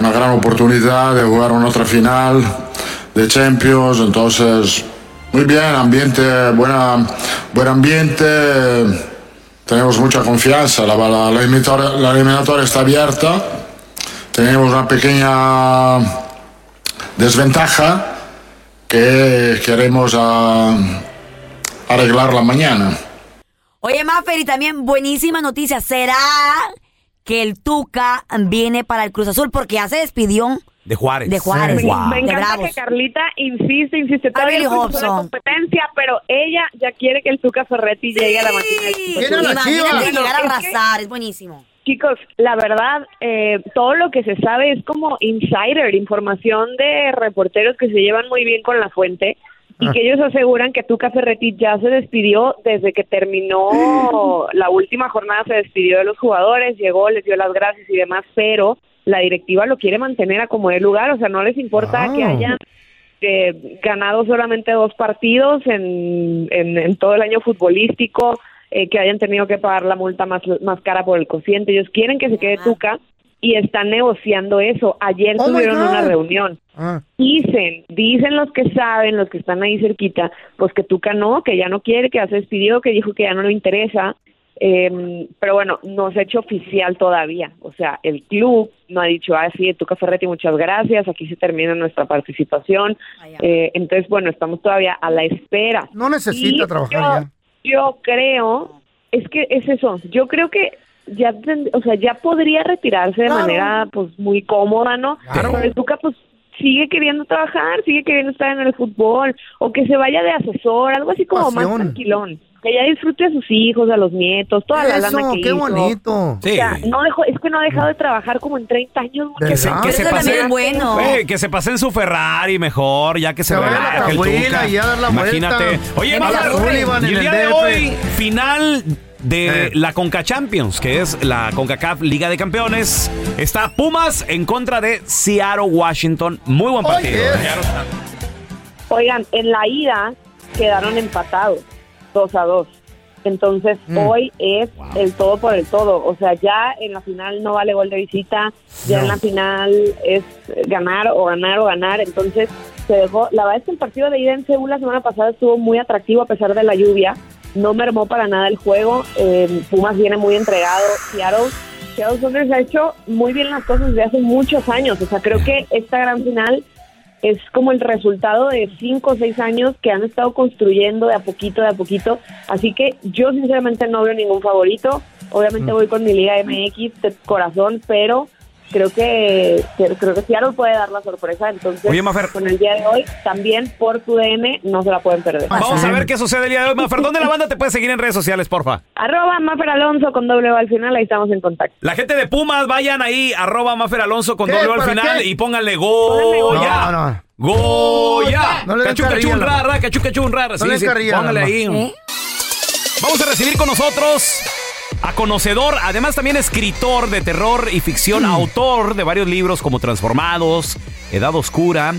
S21: Una gran oportunidad de jugar una otra final de Champions. Entonces, muy bien, ambiente, buena, buen ambiente. Tenemos mucha confianza. La, la- la eliminatoria, la eliminatoria está abierta. Tenemos una pequeña desventaja que queremos ah, arreglarla mañana.
S4: Oye, Maffer, y también buenísima noticia. ¿Será que el Tuca viene para el Cruz Azul? Porque ya se despidió.
S1: De Juárez.
S4: De Juárez.
S1: Guau.
S4: De
S19: Me encanta
S4: Bravos.
S19: que Carlita insiste, insiste. Todavía
S4: Beverly
S19: no es una
S4: Hobson.
S19: competencia, pero ella ya quiere que el Tuca Ferretti llegue a la máquina. del Cruz Azul.
S4: Imagínate llegar a
S19: Es que,
S4: arrasar, es buenísimo.
S19: Chicos, la verdad, eh, todo lo que se sabe es como insider, información de reporteros que se llevan muy bien con la fuente y que ellos aseguran que Tuca Ferretti ya se despidió desde que
S12: Oh,
S19: terminó la última jornada, se despidió de los jugadores, llegó, les dio las gracias y demás, pero la directiva lo quiere mantener a como de lugar, o sea, no les importa que hayan eh, ganado solamente dos partidos en, en, en todo el año futbolístico, eh, que hayan tenido que pagar la multa más, más cara por el cociente. Ellos quieren que se quede Tuca y están negociando eso. Ayer
S20: Oh, my
S19: tuvieron
S20: God.
S19: una reunión.
S3: Ah,
S19: Dicen, dicen los que saben, los que están ahí cerquita, pues que Tuca no, que ya no quiere, que ya se despidió, que dijo que ya no le interesa. Em, pero bueno, no se ha hecho oficial todavía. O sea, el club no ha dicho, ah, sí, Tuca Ferretti, muchas gracias, aquí se termina nuestra participación. Eh, entonces, bueno, estamos todavía a la espera.
S3: No necesita
S19: Y
S3: trabajar
S19: yo-
S3: ya.
S19: yo creo, es que es eso, yo creo que ya, ten- o sea, ya podría retirarse de manera pues muy cómoda, ¿no? Pero el Tuca pues sigue queriendo trabajar, sigue queriendo estar en el fútbol, o que se vaya de asesor, algo así como más
S3: Pasión.
S19: tranquilón. Que ya disfrute a sus hijos, a los nietos, toda la
S3: Eso,
S19: lana que
S3: qué
S19: hizo.
S3: bonito.
S19: O sea, no dejó, es que no ha dejado de trabajar como en 30 años.
S1: Que se,
S19: muchachos.
S1: que se pase, Güey,
S19: Güey,
S1: que se pase en su Ferrari mejor, ya que se,
S3: vaya a la
S1: relaje el
S3: cajuela
S1: Tuca.
S3: y a dar la
S1: Imagínate.
S3: vuelta.
S1: Oye,
S3: En
S1: vamos
S3: la
S1: a-
S3: Sullivan,
S1: y
S3: en
S1: el
S3: el Eh.
S1: día de
S3: DF.
S1: hoy, final de la Conca Champions, que es la CONCACAF Liga de Campeones. Está Pumas en contra de Seattle Washington. Muy buen partido.
S19: Oigan, en la ida quedaron empatados, 2 a 2. Entonces hoy es el todo por el todo. O sea, ya en la final no vale gol de visita, ya en la final es eh, ganar o ganar o ganar. Entonces se dejó. La verdad es que el partido de ida en Seúl la semana pasada estuvo muy atractivo a pesar de la lluvia. No mermó para nada el juego. eh, Pumas viene muy entregado. Seattle, Seattle Sounders ha hecho muy bien las cosas desde hace muchos años. O sea, creo que esta gran final es como el resultado de cinco o seis años que han estado construyendo de a poquito, de a poquito. Así que yo sinceramente no veo ningún favorito. Obviamente voy con mi Liga MX de corazón, pero creo que, que- creo que Seattle puede dar la sorpresa. Entonces,
S1: Oye, Mafer.
S19: con el día de hoy, también por tu DM no se la pueden perder.
S1: Vamos a ver qué sucede el día de hoy. Mafer, ¿dónde la banda te puede seguir en redes sociales, porfa?
S19: Arroba Mafer Alonso con doble O al final, ahí estamos en contacto.
S1: La gente de Pumas, vayan ahí, arroba Mafer Alonso con
S19: ¿Qué?
S1: doble O al
S19: ¿Para
S1: final
S19: qué?
S1: y pónganle Goya.
S3: No, no.
S1: Goya.
S3: No le den
S1: Cachun,
S3: carrilla,
S1: cachun,
S3: la
S1: ra,
S3: mamá.
S1: ra, cachun, cachun, ra, ra.
S3: No le den
S1: Sí, sí,
S3: carrilla,
S1: póngale
S3: la
S1: ahí.
S3: mamá.
S1: Vamos a recibir con nosotros a conocedor, además también escritor de terror y ficción, autor de varios libros como Transformados, Edad Oscura,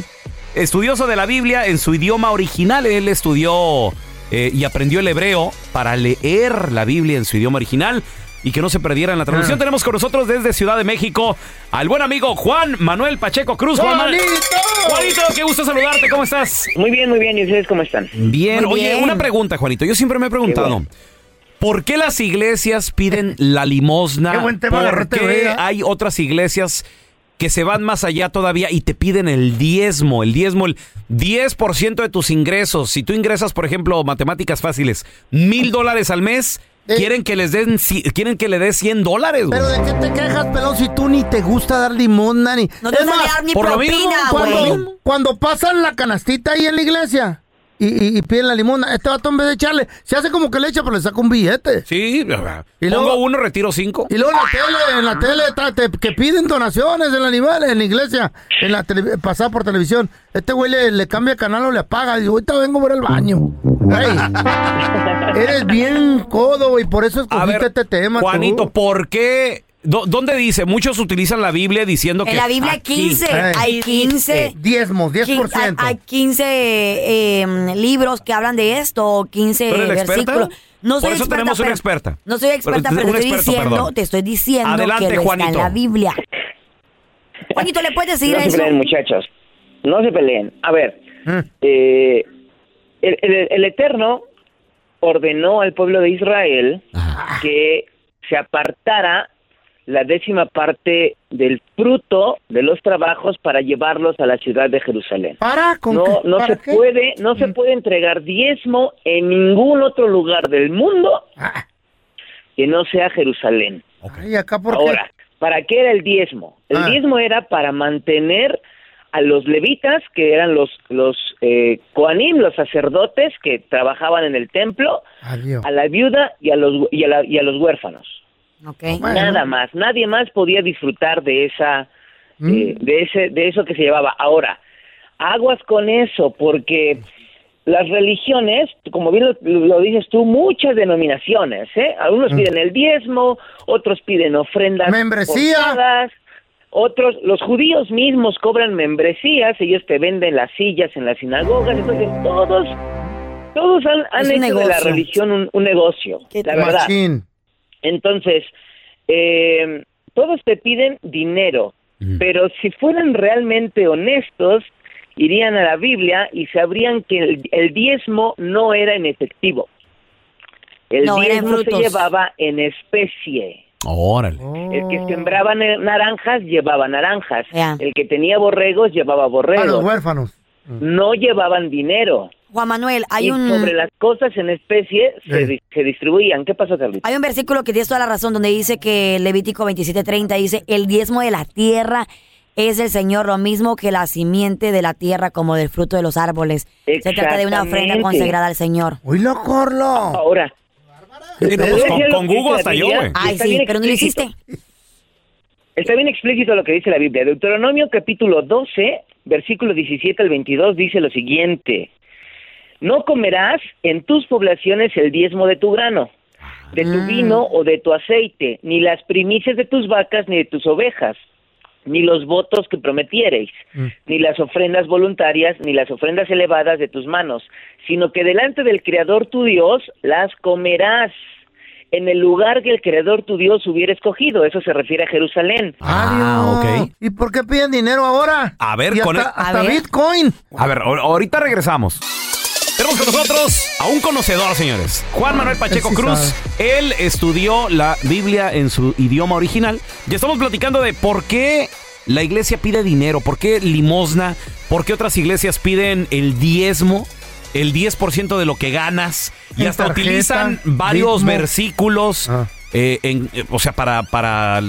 S1: estudioso de la Biblia en su idioma original. Él estudió eh, y aprendió el hebreo para leer la Biblia en su idioma original y que no se perdiera en la traducción. Tenemos con nosotros desde Ciudad de México al buen amigo Juan Manuel Pacheco Cruz. Juan Manuel. Juanito, qué gusto saludarte, ¿cómo estás?
S2: Muy bien, muy bien, ¿y ustedes cómo están?
S1: Bien, oye, una pregunta, Juanito. Yo siempre me he preguntado, ¿por qué las iglesias piden la limosna?
S3: Qué buen tema
S1: ¿Por
S3: agarraste,
S1: qué
S3: güey, ¿eh?
S1: hay otras iglesias que se van más allá todavía y te piden el diezmo, el diezmo, el 10% de tus ingresos? Si tú ingresas, por ejemplo, matemáticas fáciles, mil dólares al mes, quieren que les den, ci- quieren que le des 100 dólares, güey.
S3: ¿Qué te quejas, pelón, si tú ni te gusta dar limosna ni...
S4: No te gusta dar ni Por lo propina, mismo, güey.
S3: cuando, cuando pasan la canastita ahí en la iglesia y, y- y piden la limosna, este vato en vez de echarle, se hace como que le echa, pero le saca un billete.
S1: Sí, pongo
S3: luego-
S1: uno, retiro cinco.
S3: Y luego en la tele, en la tele
S4: Ah.
S3: está- te- que piden donaciones en la nivel, en la iglesia, en la tele- pasada por televisión. Este güey le, le cambia canal o le apaga. Digo, ahorita vengo por el baño. Ey, eres bien codo, güey, por eso
S1: A ver,
S3: escogiste este tema. tú.
S1: Juanito, ¿por qué? ¿Dó- ¿Dónde dice? Muchos utilizan la Biblia diciendo que...
S4: En la Biblia
S1: aquí.
S4: 15, hay
S19: eh,
S4: 15.
S3: Diezmos,
S4: 10%. Hay, hay 15 eh, libros que hablan de esto, o 15
S1: ¿Tú eres la experta?
S4: versículos. No soy
S1: Por eso
S4: experta,
S1: tenemos una
S4: pero-
S1: experta.
S4: No soy experta,
S1: Pero-
S4: pero,
S1: un
S4: te, estoy
S1: experto,
S4: diciendo,
S1: perdón.
S4: te estoy diciendo
S1: Adelante,
S4: que no está en
S1: Juanito.
S4: la Biblia. Juanito, ¿le puedes decir
S2: no se
S4: eso?
S2: peleen, muchachos. No se peleen. A ver,
S3: Mm.
S2: eh, el, el- el Eterno ordenó al pueblo de Israel
S3: Ah.
S2: que se apartara la décima parte del fruto de los trabajos para llevarlos a la ciudad de Jerusalén.
S3: ¿Para? ¿Con
S2: no
S3: qué?
S2: no
S3: ¿Para
S2: se
S3: qué? Mm.
S2: puede no se puede entregar diezmo en ningún otro lugar del mundo
S3: Ah.
S2: que no sea Jerusalén.
S3: Ay, acá por qué?
S2: Ahora, ¿para qué era el diezmo? El
S3: Ah.
S2: diezmo era para mantener a los levitas, que eran los, los eh, coanim, los sacerdotes que trabajaban en el templo,
S3: Ah, Adiós.
S2: a la viuda y a los, y a la- y a los huérfanos. Nada más, nadie más podía disfrutar de esa,
S3: ¿Mm?
S2: eh, de ese, de eso que se llevaba. Ahora, aguas con eso, porque las religiones, como bien lo, lo dices tú, muchas denominaciones, ¿eh? Algunos
S3: Mm.
S2: piden el diezmo, otros piden ofrendas,
S3: Membresía.
S2: forzadas, otros, los judíos mismos cobran membresías, ellos te venden las sillas en las sinagogas, entonces todos, todos han, han
S3: Es un
S2: hecho de la
S3: negocio.
S2: religión un, un negocio, la verdad.
S3: Machín.
S2: Entonces, eh, todos te piden dinero, pero si fueran realmente honestos, irían a la Biblia y sabrían que el, el diezmo no era en efectivo. El
S4: No, era en
S2: diezmo se
S4: frutos.
S2: llevaba en especie.
S1: Órale.
S2: El que sembraba ne- naranjas llevaba naranjas.
S4: Oh. Ya.
S2: El que tenía borregos llevaba
S3: Para Ah, los
S2: borregos.
S3: huérfanos. Mm.
S2: No llevaban dinero.
S4: Juan Manuel, hay
S2: y
S4: un...
S2: sobre las cosas en especie se, di- se distribuían. ¿Qué pasó, Carlitos?
S4: Hay un versículo que tiene toda la razón donde dice que Levítico 27:30 dice, el diezmo de la tierra es del Señor lo mismo que la simiente de la tierra como del fruto de los árboles. Se trata de una ofrenda
S2: Exactamente.
S4: consagrada al Señor.
S3: ¡Uy, lo corlo!
S2: Ahora.
S1: Sí, no, pues,
S2: Pero
S1: con-
S2: es lo
S1: con
S2: que
S1: Google
S2: dice
S1: hasta
S2: la
S1: yo,
S2: Biblia,
S1: güey.
S2: y
S4: Ay,
S2: está
S4: sí,
S2: bien
S4: pero no lo
S2: explícito.
S4: hiciste.
S2: Está bien explícito lo que dice la Biblia. Deuteronomio capítulo 12, versículo 17 al 22 dice lo siguiente. No comerás en tus poblaciones el diezmo de tu grano, Ah. de tu vino o de tu aceite, ni las primicias de tus vacas ni de tus ovejas, ni los votos que prometiereis,
S3: Oh, mm.
S2: ni las ofrendas voluntarias, ni las ofrendas elevadas de tus manos, sino que delante del Creador tu Dios las comerás en el lugar que el Creador tu Dios hubiera escogido. Eso se refiere a Jerusalén.
S1: Ah, ok.
S3: ¿Y por qué piden dinero ahora?
S1: A ver,
S3: Y
S1: con
S3: hasta,
S1: el-
S3: hasta
S1: A ver.
S3: Bitcoin.
S1: A ver, ahor- ahorita regresamos. Tenemos con nosotros a un conocedor, señores. Juan Manuel Pacheco
S3: Él sí
S1: Cruz. Él estudió la Biblia en su idioma original. Y estamos platicando de por qué la iglesia pide dinero, por qué limosna, por qué otras iglesias piden el diezmo, el 10% de lo que ganas. Y
S7: En
S1: hasta
S7: tarjeta,
S1: utilizan varios
S7: ritmo.
S1: versículos,
S3: Ah.
S1: eh, en- eh, o sea, para, para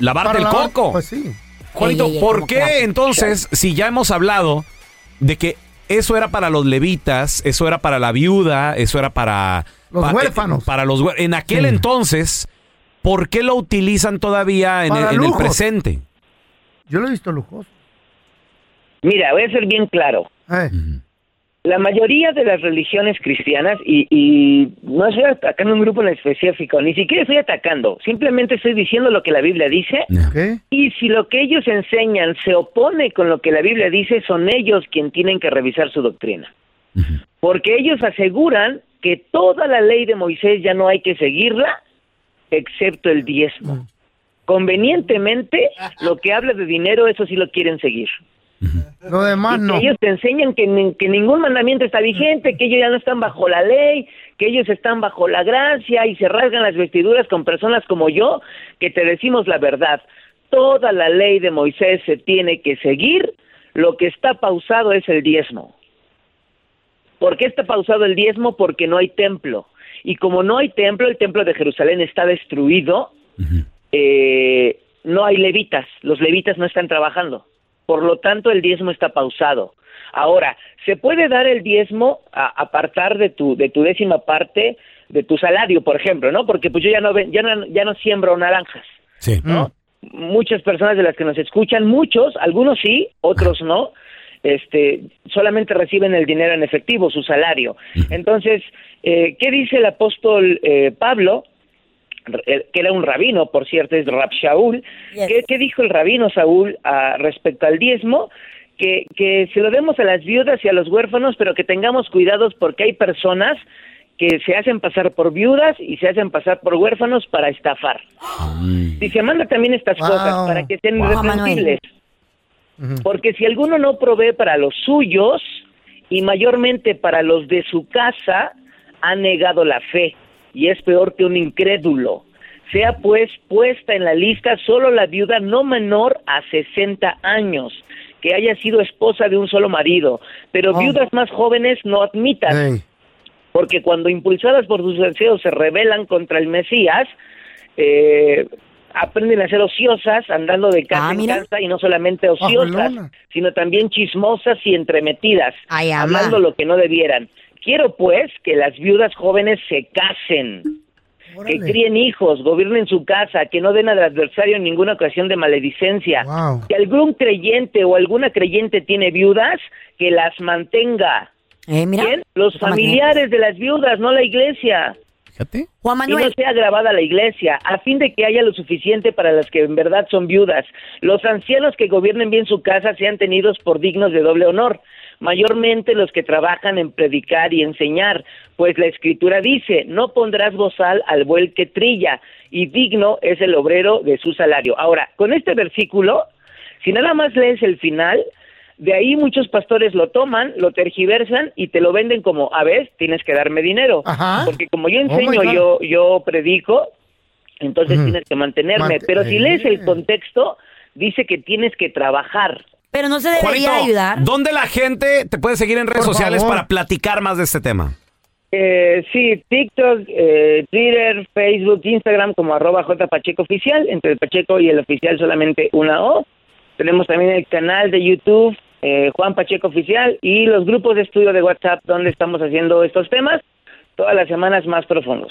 S1: lavarte
S3: Para
S1: el
S3: lavar-
S1: coco.
S3: Pues sí.
S1: Juanito, ¿por qué entonces, si ya hemos hablado de que eso era para los levitas, eso era para la viuda, eso era para...
S3: Los
S1: pa-
S3: huérfanos.
S1: eh, Para los huér- En aquel
S3: Sí.
S1: entonces, ¿por qué lo utilizan todavía en, el,
S3: Para
S1: en el
S3: lujos.
S1: presente?
S3: Yo lo he visto lujoso.
S2: Mira, voy a ser bien claro.
S3: Eh.
S1: Mm,
S2: La mayoría de las religiones cristianas, y, y no estoy atacando un grupo en específico, ni siquiera estoy atacando, simplemente estoy diciendo lo que la Biblia dice, y si lo que ellos enseñan se opone con lo que la Biblia dice, son ellos quien tienen que revisar su doctrina. Porque ellos aseguran que toda la ley de Moisés ya no hay que seguirla, excepto el diezmo. Convenientemente, lo que habla de dinero, eso sí lo quieren seguir.
S3: Lo demás
S2: Y que
S3: no.
S2: ellos te enseñan que, ni- que ningún mandamiento está vigente, que ellos ya no están bajo la ley, que ellos están bajo la gracia y se rasgan las vestiduras con personas como yo que te decimos la verdad. Toda la ley de Moisés se tiene que seguir, lo que está pausado es el diezmo. ¿Por qué está pausado el diezmo? Porque no hay templo. Y como no hay templo, el templo de Jerusalén está destruido, eh, no hay levitas, los levitas no están trabajando. Por lo tanto, el diezmo está pausado. Ahora, se puede dar el diezmo a apartar de tu, de tu décima parte de tu salario, por ejemplo, ¿no? Porque pues yo ya no, ven- ya no, ya no siembro naranjas.
S1: Sí.
S2: Muchas personas de las que nos escuchan, muchos, algunos sí, otros no, este, solamente reciben el dinero en efectivo, su salario. Entonces, eh, ¿qué dice el apóstol eh, Pablo? eh, que era un rabino, por cierto, es Rab Shaul. ¿Qué, qué dijo el rabino Saúl ah, respecto al diezmo? Que, que se lo demos a las viudas y a los huérfanos, pero que tengamos cuidados porque hay personas que se hacen pasar por viudas y se hacen pasar por huérfanos para estafar.
S3: Mm.
S2: Dice, manda también estas
S4: Wow.
S2: cosas para que sean
S4: Wow.
S2: reprensibles. Porque si alguno no provee para los suyos y mayormente para los de su casa, ha negado la fe y es peor que un incrédulo. Sea pues puesta en la lista solo la viuda no menor a 60 años, que haya sido esposa de un solo marido, pero
S5: Oh.
S2: viudas más jóvenes no admitas, porque cuando impulsadas por sus deseos se rebelan contra el Mesías, eh, aprenden a ser ociosas, andando de
S4: Ah,
S2: casa en casa y no solamente ociosas,
S4: Pajuelona.
S2: sino también chismosas y entremetidas,
S4: Ay, ama.
S2: hablando lo que no debieran. Quiero pues que las viudas jóvenes se casen, que críen hijos, gobiernen su casa, que no den al adversario ninguna ocasión de maledicencia. Si algún creyente o alguna creyente tiene viudas, que las mantenga.
S4: Eh, mira.
S2: ¿Quién? Los
S4: Está más
S2: familiares de las viudas, no la iglesia.
S4: Juan
S2: Y
S4: Manuel.
S2: no sea grabada la iglesia, a fin de que haya lo suficiente para las que en verdad son viudas. Los ancianos que gobiernen bien su casa sean tenidos por dignos de doble honor, mayormente los que trabajan en predicar y enseñar, pues la escritura dice, no pondrás bozal al buey que trilla, y digno es el obrero de su salario. Ahora, con este versículo, si nada más lees el final, de ahí muchos pastores lo toman, lo tergiversan y te lo venden como, a ver, tienes que darme dinero. Porque como yo enseño,
S6: Oh, my
S2: yo, yo predico, entonces
S6: Ujú.
S2: tienes que mantenerme.
S6: Mante-
S2: Pero si lees
S6: Eh.
S2: el contexto, dice que tienes que trabajar.
S4: Pero no se
S1: Juanito, ¿dónde la gente te puede seguir en redes
S2: Por
S1: sociales
S2: favor.
S1: para platicar más de este tema?
S2: Eh, sí, TikTok, eh, Twitter, Facebook, Instagram como arroba J Pacheco Oficial, entre el Pacheco y el Oficial solamente una O. Tenemos también el canal de YouTube eh, Juan Pacheco Oficial y los grupos de estudio de WhatsApp donde estamos haciendo estos temas todas las semanas más profundos.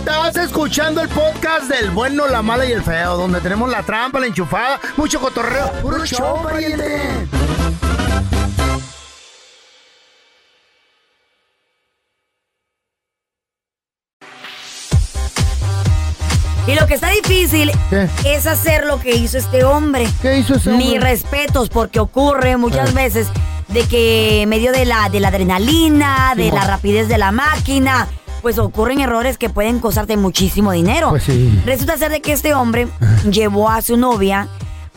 S3: Estás escuchando el podcast del bueno, la mala y el feo, donde tenemos la trampa, la enchufada, mucho cotorreo. ¡Puro show, pariente!
S4: Y lo que está difícil es hacer lo que hizo este hombre.
S3: ¿Qué hizo ese
S4: Mis
S3: hombre?
S4: respetos, porque ocurre muchas
S3: Eh.
S4: veces de que en medio de la, de la adrenalina, de
S3: Simón.
S4: la rapidez de la máquina, pues ocurren errores que pueden costarte muchísimo dinero.
S3: Pues sí.
S4: Resulta ser de que este hombre llevó a su novia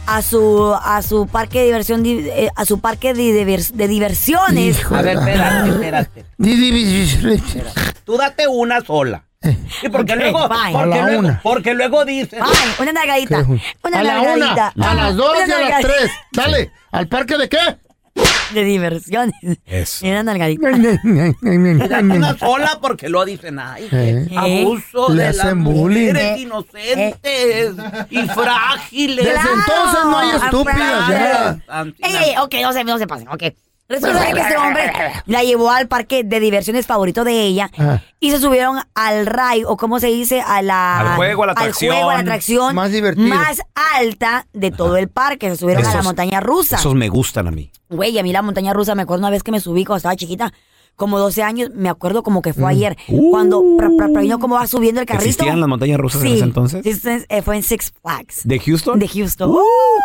S4: a su a su parque de diversión di- eh, a su parque de, divers- de diversiones.
S7: A ver, espérate, espérate. Tú date una sola. Sí, porque
S4: Ok,
S7: luego,
S4: fine.
S7: porque
S4: A la
S7: luego,
S4: una.
S7: porque luego dices.
S4: Ay, una nalgadita. Una
S3: a la
S4: nalgadita.
S3: una, a las dos
S4: Una
S3: y a las
S4: nalgadita.
S3: tres. Dale, ¿al parque de qué?
S4: De diversión.
S1: Eso.
S4: Una nalgadita.
S7: Date una sola porque lo dicen. Ay,
S3: Eh.
S7: qué abuso
S3: Le
S7: de las
S3: hacen bullying.
S7: mujeres
S3: Eh.
S7: inocentes y frágiles.
S3: Desde entonces no hay estúpidas, ya.
S4: Ey, ey, ok, no se, no se pasen, ok. Resulta que este hombre la llevó al parque de diversiones favorito de ella
S3: Ah.
S4: y se subieron al ray o como se dice, a la,
S1: Al juego, a la
S4: al juego, a la
S1: atracción.
S4: atracción
S1: Más divertido.
S4: más alta de todo el parque. Se subieron a la
S1: Esos-
S4: montaña rusa.
S1: Esos me gustan a mí.
S4: Güey, a mí la montaña rusa, me acuerdo una vez que me subí cuando estaba chiquita, como 12 años, me acuerdo como que fue ayer, cuando pra, pra, pra, vino como va subiendo el carrito.
S1: Mm. Uh. ¿Existían las montañas rusas en
S4: Sí,
S1: ese entonces?
S4: sí, sí, eh, fue en Six Flags.
S1: ¿De Houston? ¡Uh!
S4: De Houston.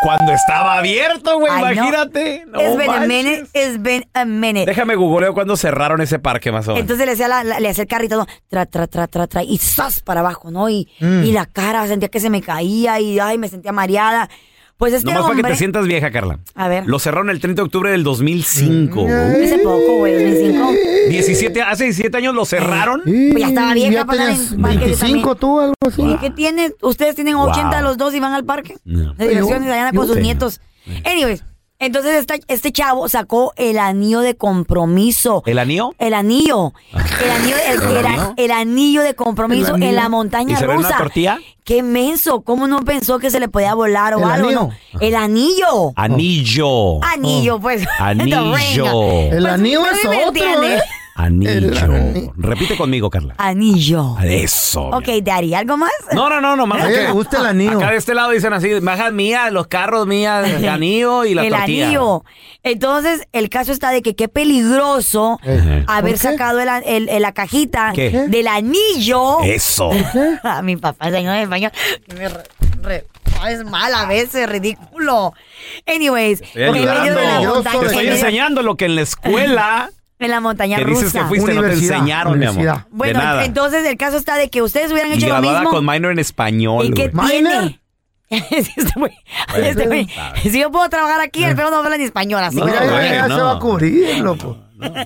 S1: Cuando estaba abierto, güey,
S4: Ay, no.
S1: imagínate. No
S4: It's been a
S1: manches.
S4: minute, it's been a minute.
S1: Déjame googleo cuando cerraron ese parque más o menos.
S4: Entonces le hacía, la- la- le hacía el carrito, ¿no? tra, tra, tra, tra, tra, y ¡zas! para abajo, ¿no? Y,
S1: Mm.
S4: y la cara, sentía que se me caía y ay, me sentía mareada. Pues este
S1: Nomás
S4: hombre...
S1: para que te sientas vieja, Carla.
S4: A ver.
S1: Lo cerraron el 30 de octubre del 2005.
S4: Hace poco, güey, 2005.
S1: 17, hace 17 años lo cerraron.
S4: Pues ya estaba vieja
S3: Ya
S4: para andar
S3: tenías
S4: en parques de
S3: 25 tú, algo así.
S4: ¿Y qué tiene? Ustedes tienen
S3: Wow.
S4: 80 los dos y van al parque. De
S3: Pero-
S4: diversiones allá con
S3: yo-
S4: sus
S3: Sí.
S4: nietos. Anyways, entonces esta- este chavo sacó el anillo de compromiso.
S1: ¿El anillo?
S4: El anillo. El anillo, el,
S1: ¿El
S4: el-
S1: anillo?
S4: el anillo de compromiso
S1: ¿El anillo?
S4: en la montaña
S1: ¿Y se ve en una
S4: rusa.
S1: tortilla?
S4: Qué menso. ¿Cómo no pensó que se le podía volar o
S1: ¿El
S4: algo?
S1: anillo?
S4: no? El anillo.
S1: Anillo.
S4: Anillo, pues.
S1: Anillo.
S4: The ring.
S1: El
S3: anillo
S4: nadie
S3: es
S4: me
S3: otro,
S4: entiende.
S3: ¿eh?
S1: Anillo. Repite conmigo, Carla.
S4: Anillo.
S1: Eso.
S4: Ok, Daddy, ¿algo más?
S1: No, no, no, no, más.
S4: Ay,
S1: que-
S4: me gusta
S3: el anillo.
S1: Acá de este lado dicen así, majas mías, los carros mías, el anillo y la
S4: el
S1: tortilla.
S4: anillo. Entonces, el caso está de que qué peligroso
S1: Ejé.
S4: haber
S1: ¿Por qué?
S4: sacado el, an- el- el- la cajita
S1: ¿Qué?
S4: del anillo.
S1: Eso.
S4: A mi papá, señor de español, que me re- re- es mal a veces, ridículo. Anyways,
S1: Estoy ayudando. Te estoy enseñando lo que en la escuela
S4: en la montaña
S1: que
S4: rusa.
S1: dices que fuiste no te
S3: Universidad,
S1: enseñaron, mi amor.
S3: universidad.
S1: De
S4: bueno,
S1: nada.
S4: entonces el caso está de que ustedes hubieran
S1: Y
S4: hecho lo
S1: graduada
S4: mismo.
S1: con minor en español.
S4: ¿Y qué
S1: güey.
S4: tiene? este güey,
S1: Bueno.
S4: este güey, Si yo puedo trabajar aquí, el feo no habla ni español, así
S3: Eh. No,
S4: que-
S3: ya, ya, ya
S1: no.
S3: se va a cubrir, loco.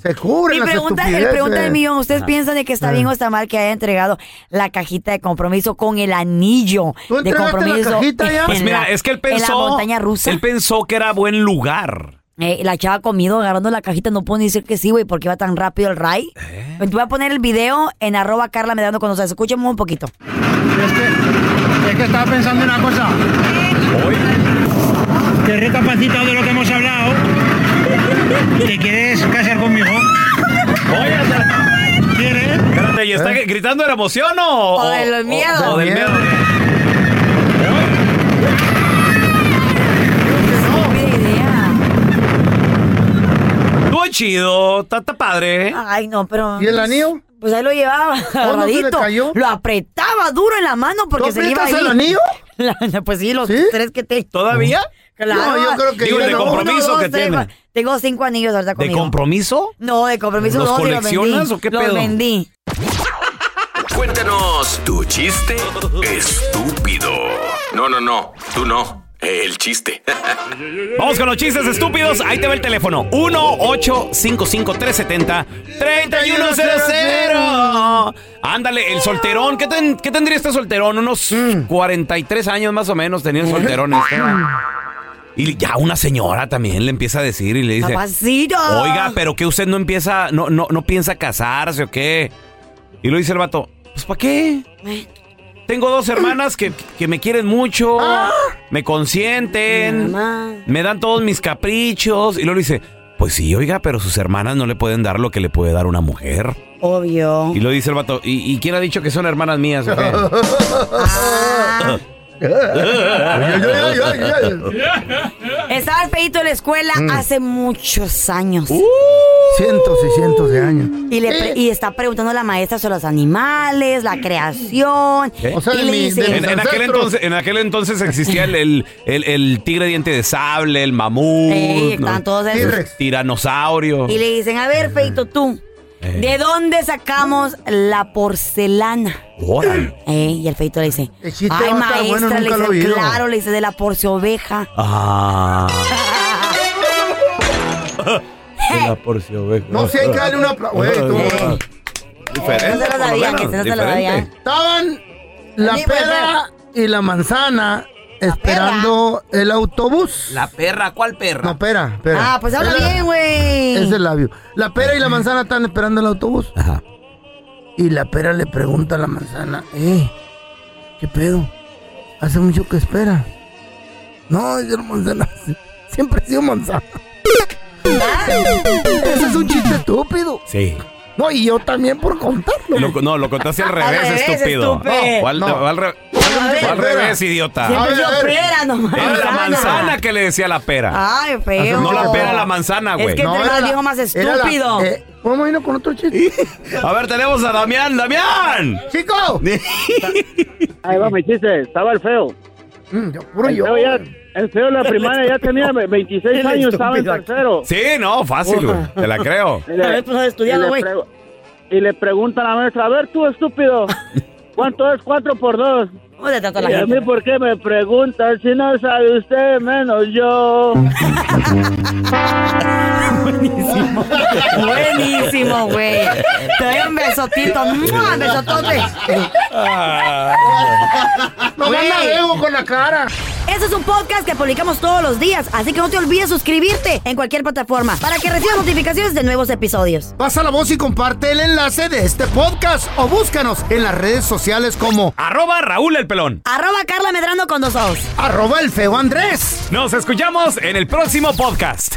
S3: Se cubre
S4: Mi
S3: las
S4: pregunta, el
S3: estupideces.
S4: pregunta del millón, ¿ustedes
S3: Ah.
S4: piensan de que está bien o está mal que haya entregado la cajita de compromiso con el anillo de
S3: entregaste la
S4: compromiso?
S3: cajita ya?
S4: en
S1: Pues mira,
S4: la-
S1: es que él
S4: En la
S1: pensó.
S4: montaña rusa.
S1: Él pensó que era buen lugar.
S4: Eh, la chava comido agarrando la cajita, no puedo ni decir que sí, güey, porque iba tan rápido el ray.
S3: Eh.
S4: Te voy a poner el video en arroba Carla Medrano cuando se escuchemos un poquito.
S3: Oh, Es que estaba pensando en una cosa. Te he recapacitado de lo que hemos hablado. ¿Te quieres casar conmigo?
S1: ¿Quieres? Espérate, ¿y
S3: ¿Eh?
S1: está gritando de la emoción o...?
S4: O de los miedos.
S1: o del miedo. Estuvo chido, está está padre.
S4: Ay, no, pero.
S1: ¿Y el anillo?
S4: Pues ahí lo llevaba agarradito. Lo apretaba duro en la mano porque
S1: ¿Tú
S4: se le iba a
S1: aprietas el anillo?
S4: La- pues sí, los tres que tengo.
S1: ¿Todavía?
S4: Claro.
S1: No, yo creo que Digo, yo el de no.
S4: Uno,
S1: compromiso
S4: dos,
S1: que
S4: tres,
S1: tiene.
S4: cuatro. Tengo cinco anillos ahorita
S1: ¿De
S4: conmigo.
S1: compromiso?
S4: No, de compromiso
S1: ¿Los
S4: dos y
S1: coleccionas
S4: vendí.
S1: o qué
S4: Los
S1: pedo?
S4: vendí.
S9: Cuéntanos tu chiste estúpido. No, no, no. Tú no. El chiste.
S1: Vamos con los chistes estúpidos. Ahí te va el teléfono. 1-855-370-3100. Ándale, el solterón. ¿Qué, ten- qué tendría este solterón? Unos 43 años más o menos tenía el solterón. este. Y ya una señora también le empieza a decir y le dice...
S4: Papacito.
S1: Oiga, pero que usted no empieza, no, no, no piensa casarse o qué. Y lo dice el vato, pues ¿para qué? Tengo dos hermanas que, que me quieren mucho, me consienten, me dan todos mis caprichos. Y luego dice, pues sí, oiga, pero sus hermanas no le pueden dar lo que le puede dar una mujer.
S4: Obvio.
S1: Y lo dice el vato, ¿y, y quién ha dicho que son hermanas mías? o qué?"
S4: Estaba el pedito en la escuela
S3: Mm.
S4: hace muchos años.
S1: Uh.
S3: Cientos y cientos de años.
S4: Y, le
S1: Eh.
S4: pre- y está preguntando a la maestra sobre los animales, la creación.
S1: ¿Qué?
S4: y le dice-
S1: en, en aquel entonces, en aquel entonces existía el, el, el- el tigre diente de sable, el mamut,
S4: Ey, Eh, estaban todos esos. T-Rex.
S1: tiranosaurio.
S4: Y le dicen, a ver, Feito, tú,
S1: Eh.
S4: ¿de dónde sacamos la porcelana?
S1: Órale.
S4: Eh, y el feito le dice,
S3: chiste
S4: ay,
S3: va a estar
S4: maestra,
S3: bueno,
S4: le
S3: nunca
S4: dice,
S3: lo he oído".
S4: claro, le dice, de la porcioveja.
S1: Ah. De la porción, güey.
S3: No, si hay que darle una apla- güey, tú.
S1: Diferente,
S3: No se lo
S1: por lo
S3: sabía,
S1: menos,
S3: que se no se lo
S1: diferente.
S3: sabía. Estaban la
S7: Sí, pues,
S3: pera y la manzana esperando el autobús.
S7: La perra, ¿cuál perra?
S3: No, pera, pera.
S4: Ah, pues habla
S3: Pera.
S4: bien, güey.
S3: Es el labio. La pera y la manzana están esperando el autobús.
S1: Ajá.
S3: Y la pera le pregunta a la manzana, eh, ¿qué pedo? Hace mucho que espera. No, yo no manzana. Siempre he sido manzana. Ese es un chiste estúpido.
S1: Sí.
S3: No, y yo también por contarlo.
S1: Lo- no, lo contaste al
S3: Al
S1: revés,
S3: revés,
S1: estúpido.
S3: estúpido.
S1: No, fue al,
S3: No.
S1: fue al re- fue al revés, idiota.
S4: Siempre yo
S3: ver.
S4: pera, no
S1: Era la
S4: manzana.
S1: manzana que le decía la pera.
S4: Ay, feo.
S1: No la pera, la manzana, güey.
S4: Es que
S3: eh.
S4: entre más viejo, más estúpido.
S3: Vamos a irnos con otro chiste.
S1: A ver, tenemos a Damián, Damián.
S3: ¡Chico!
S6: Ahí va mi chiste, estaba el feo.
S3: puro
S6: el,
S3: Mm, yo.
S6: Feo ya- el feo en la
S3: El
S6: primaria ya tenía
S3: estúpido.
S6: 26
S3: El
S6: años, estaba en
S3: estúpido aquí.
S6: tercero.
S1: Sí, no, fácil, güey. Te la creo.
S6: Y le-
S4: pues,
S6: y le pregu- Y le preguntan a la maestra, a ver tú estúpido, ¿cuánto es 4 por 2?
S4: ¿Cómo te trata la
S6: y a
S4: gente?
S6: mí por qué me preguntan si no sabe usted menos yo.
S4: Buenísimo. Buenísimo, güey. Te doy un besotito. ¡Mua! Besotote.
S1: Ah,
S3: No me la debo con la cara.
S4: Este es un podcast que publicamos todos los días, así que no te olvides suscribirte en cualquier plataforma para que recibas notificaciones de nuevos episodios.
S3: Pasa la voz y comparte el enlace de este podcast o búscanos en las redes sociales como
S1: Arroba Raúl el pelón.
S4: Arroba Carla Medrano con dos ojos.
S3: arroba el feo Andrés.
S1: Nos escuchamos en el próximo podcast.